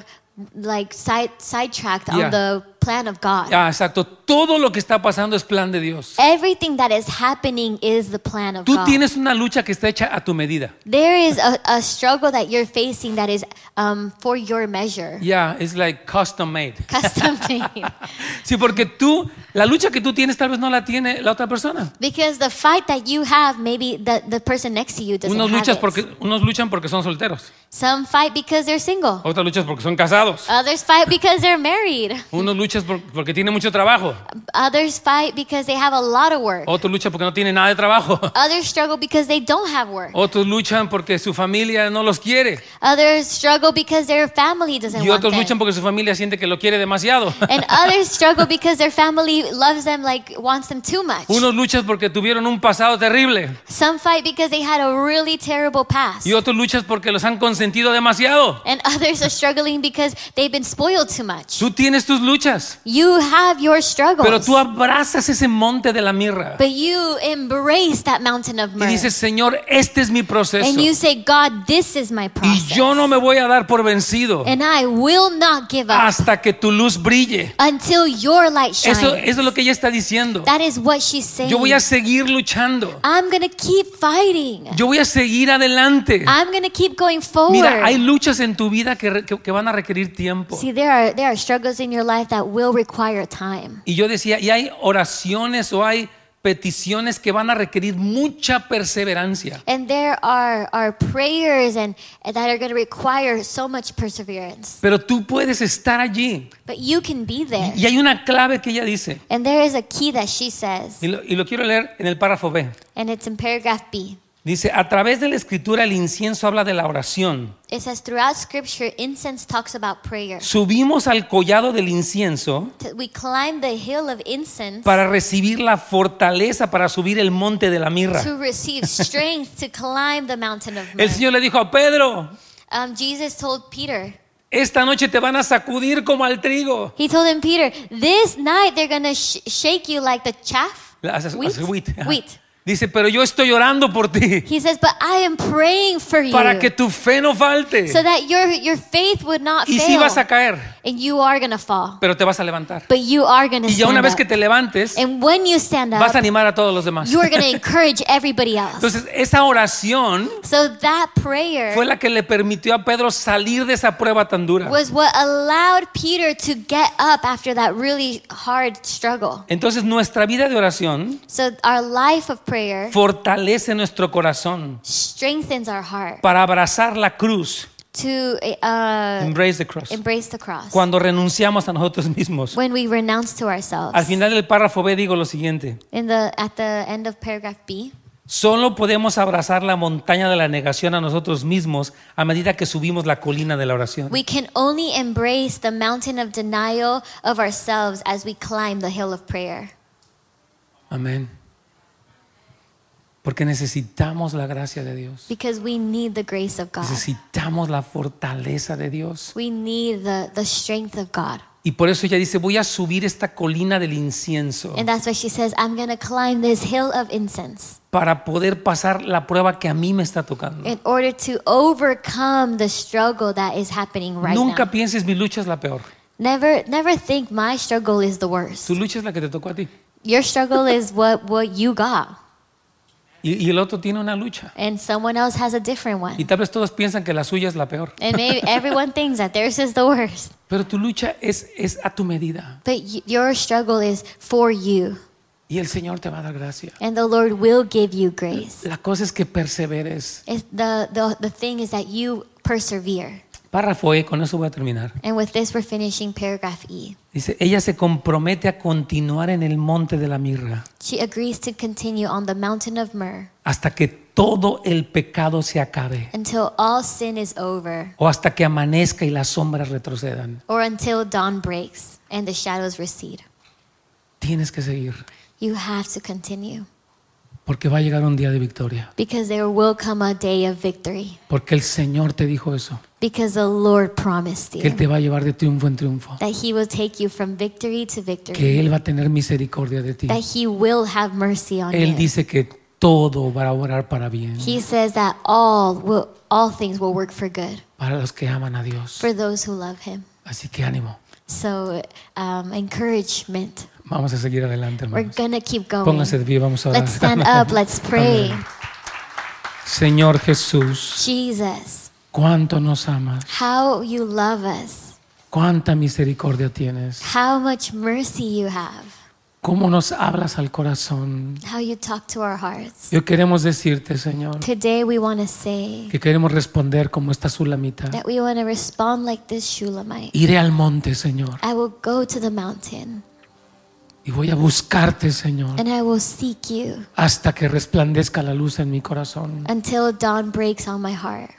S3: like side sidetracked
S2: Yeah.
S3: on the plan of God.
S2: Ah, exacto. Todo lo que está pasando es plan de Dios.
S3: Everything that is happening is the plan of
S2: Tú
S3: Oh, God.
S2: tienes una lucha que está hecha a tu medida.
S3: There is a, a struggle that you're facing that is um, for your measure,
S2: Yeah, it's like custom made.
S3: [LAUGHS] custom made.
S2: Sí, porque tú, la lucha que tú tienes tal vez no la tiene la otra persona.
S3: Because the fight that you have, maybe the, the person next to you doesn't
S2: Unos,
S3: have
S2: luchas
S3: it.
S2: porque, unos luchan porque son solteros,
S3: Some fight because they're single.
S2: otros luchan porque son casados,
S3: Others fight because they're married.
S2: unos luchan por- porque tienen mucho trabajo,
S3: Others fight because they have a lot of work.
S2: otros luchan porque no tienen nada de trabajo, [LAUGHS]
S3: Others struggle because they don't have work.
S2: otros luchan porque su familia no los quiere
S3: Others struggle because their family doesn't
S2: y
S3: want
S2: otros luchan
S3: them.
S2: porque su familia siente que lo quiere demasiado.
S3: [LAUGHS]
S2: [LAUGHS]
S3: And others struggle because their family loves them like wants them too much.
S2: Unos luchan porque tuvieron un pasado terrible
S3: Some fight because they had a really terrible past.
S2: y otros luchan porque los han consentido demasiado.
S3: And others are struggling because they've been spoiled too much.
S2: Tú tienes tus luchas,
S3: You have your struggles.
S2: pero tú abrazas ese monte de la mirra
S3: But you embrace that mountain of
S2: y
S3: myrrh.
S2: dices, Señor, este es mi proceso.
S3: and you say, God, this is my
S2: Y
S3: process.
S2: yo no me voy a dar por vencido
S3: and I will not give up
S2: hasta que tu luz brille.
S3: until your light shines.
S2: Eso, eso es lo que ella está diciendo.
S3: that is what she's saying.
S2: Yo voy a seguir luchando.
S3: I'm going to keep fighting.
S2: Yo voy a seguir adelante.
S3: I'm going to keep going forward.
S2: Mira, hay luchas en tu vida que, re- que- que van a requerir tiempo.
S3: See, there are, there are struggles in your life that will require time.
S2: Y yo decía, y hay oraciones o hay peticiones que van a requerir mucha perseverancia.
S3: And there are, are prayers and, and that are going to require so much perseverance.
S2: Pero tú puedes estar allí.
S3: But you can be there.
S2: Y hay una clave que ella dice.
S3: And there is a key that she says,
S2: Y lo, y lo quiero leer en el párrafo B.
S3: and it's in paragraph B.
S2: Dice, a través de la escritura el incienso habla de la oración.
S3: It says, throughout scripture, incense talks about prayer.
S2: Subimos al collado del incienso
S3: T- We climb the hill of incense
S2: para recibir la fortaleza para subir el monte de la
S3: to
S2: mirra.
S3: receive strength to climb the
S2: [LAUGHS]
S3: mountain of
S2: El
S3: myrrh.
S2: Señor le dijo a Pedro,
S3: Um, Jesus told Peter,
S2: esta noche te van a sacudir como al trigo.
S3: he told him, Peter, this night they're going to sh- shake you like the chaff.
S2: La- haces-
S3: Wheat?
S2: haces wheat. Ajá.
S3: Wheat.
S2: Dice, pero yo estoy orando por ti
S3: He says, but I am praying for you
S2: para que tu fe no falte.
S3: so that your, your faith would not
S2: Y sí
S3: fail.
S2: vas a caer,
S3: And you are going to fall,
S2: pero te vas a levantar.
S3: but you are going to
S2: Y ya
S3: stand
S2: una vez
S3: up.
S2: que te levantes,
S3: And when you stand
S2: vas a
S3: up,
S2: animar a todos los demás.
S3: you are
S2: [LAUGHS]
S3: going to encourage everybody else.
S2: Entonces, esa oración
S3: So that prayer
S2: fue la que le permitió a Pedro salir de esa prueba tan dura.
S3: was what allowed Peter to get up after that really hard struggle.
S2: Entonces, nuestra vida de oración
S3: So our life of prayer
S2: fortalece nuestro corazón.
S3: strengthens our heart
S2: para abrazar la cruz.
S3: to uh,
S2: Embrace the cross.
S3: embrace the cross
S2: Cuando renunciamos a nosotros mismos.
S3: when we renounce to ourselves.
S2: Al final del párrafo B digo lo siguiente.
S3: In the at the end of paragraph B,
S2: Solo podemos abrazar la montaña de la negación a nosotros mismos a medida que subimos la colina de la oración.
S3: we can only embrace the mountain of denial of ourselves as we climb the hill of prayer
S2: Amén. Porque necesitamos la gracia de Dios.
S3: because we need the grace of God.
S2: Necesitamos la fortaleza de Dios.
S3: We need the, the strength of God.
S2: Y por eso ella dice, voy a subir esta colina del incienso
S3: And that's why she says, I'm going to climb this hill of incense
S2: para poder pasar la prueba que a mí me está tocando.
S3: in order to overcome the struggle that is happening right
S2: Nunca
S3: now.
S2: pienses, mi lucha es la peor.
S3: Never never think my struggle is the worst.
S2: Tu lucha es la que te tocó a ti.
S3: Your struggle is what what you got
S2: Y, y el otro tiene una lucha.
S3: and someone else has a different
S2: Y
S3: one.
S2: tal vez todos piensan que la suya es la peor. [LAUGHS]
S3: And maybe everyone thinks that theirs is the worst.
S2: Pero tu lucha es, es a tu medida.
S3: But y- your struggle is for you
S2: Y el Señor te va a dar gracia.
S3: and the Lord will give you grace.
S2: La cosa es que perseveres.
S3: It's the, the the thing is that you persevere.
S2: Párrafo E, con eso voy a terminar.
S3: And with this we're finishing paragraph E.
S2: Dice, ella se compromete a continuar en el monte de la mirra
S3: She agrees to continue on the mountain of myrrh
S2: hasta que todo el pecado se acabe
S3: until all sin is over,
S2: o hasta que amanezca y las sombras retrocedan.
S3: or until dawn breaks and the shadows recede.
S2: Tienes que seguir
S3: You have to continue
S2: porque va a llegar un día de victoria.
S3: because there will come a day of victory
S2: Porque el Señor te dijo eso,
S3: because the Lord promised
S2: que
S3: you
S2: Él te va a llevar de triunfo en triunfo,
S3: that He will take you from victory to
S2: que
S3: victory,
S2: Él va a tener misericordia de ti.
S3: that He will have mercy on
S2: Él
S3: you.
S2: dice que todo va a orar para bien,
S3: He says that all will, all things will work for good
S2: para los que aman a Dios.
S3: for those who love Him.
S2: Así que ánimo,
S3: So, um, encouragement.
S2: vamos a seguir adelante,
S3: We're
S2: hermanos.
S3: gonna keep going.
S2: Pónganse de pie, vamos a orar.
S3: Let's
S2: [LAUGHS]
S3: stand up. Let's pray.
S2: Amén. Señor Jesús,
S3: Jesus,
S2: cuánto nos amas,
S3: how you love us.
S2: cuánta misericordia tienes,
S3: How much mercy you have.
S2: cómo nos hablas al corazón.
S3: How you talk to our hearts.
S2: Yo queremos decirte, Señor,
S3: Today we want to say
S2: que queremos responder como esta sulamita.
S3: that we want to respond like this Shulamite.
S2: Iré al monte, Señor,
S3: I will go to the mountain
S2: y voy a buscarte, Señor,
S3: and I will seek you
S2: hasta que resplandezca la luz en mi corazón.
S3: until dawn breaks on my heart.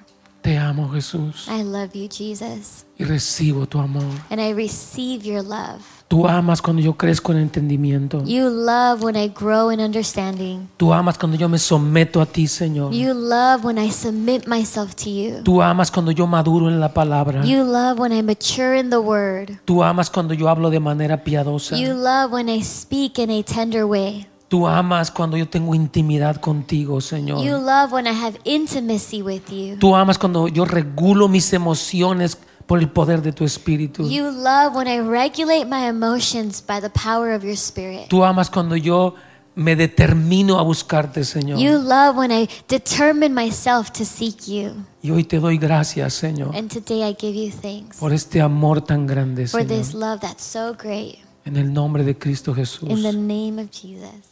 S2: Te amo, Jesús,
S3: I love you, Jesus,
S2: y recibo tu amor.
S3: and I receive your love.
S2: Tú amas cuando yo crezco en entendimiento.
S3: You love when I grow in understanding.
S2: Tú amas cuando yo me someto a ti, Señor.
S3: You love when I submit myself to you.
S2: Tú amas cuando yo maduro en la palabra.
S3: You love when I mature in the word.
S2: Tú amas cuando yo hablo de manera piadosa.
S3: You love when I speak in a tender way.
S2: Tú amas cuando yo tengo intimidad contigo,
S3: You
S2: Señor.
S3: love when I have intimacy with you.
S2: Tú amas cuando yo regulo mis emociones por el poder de tu espíritu.
S3: You love when I regulate my emotions by the power of your spirit.
S2: Tú amas cuando yo me determino a buscarte,
S3: You
S2: Señor.
S3: love when I determine myself to seek you.
S2: Y hoy te doy gracias, Señor,
S3: And today I give you thanks
S2: por este amor tan grande,
S3: for this
S2: Señor.
S3: love that's so great.
S2: En el nombre de Cristo Jesús.
S3: In the name of Jesus.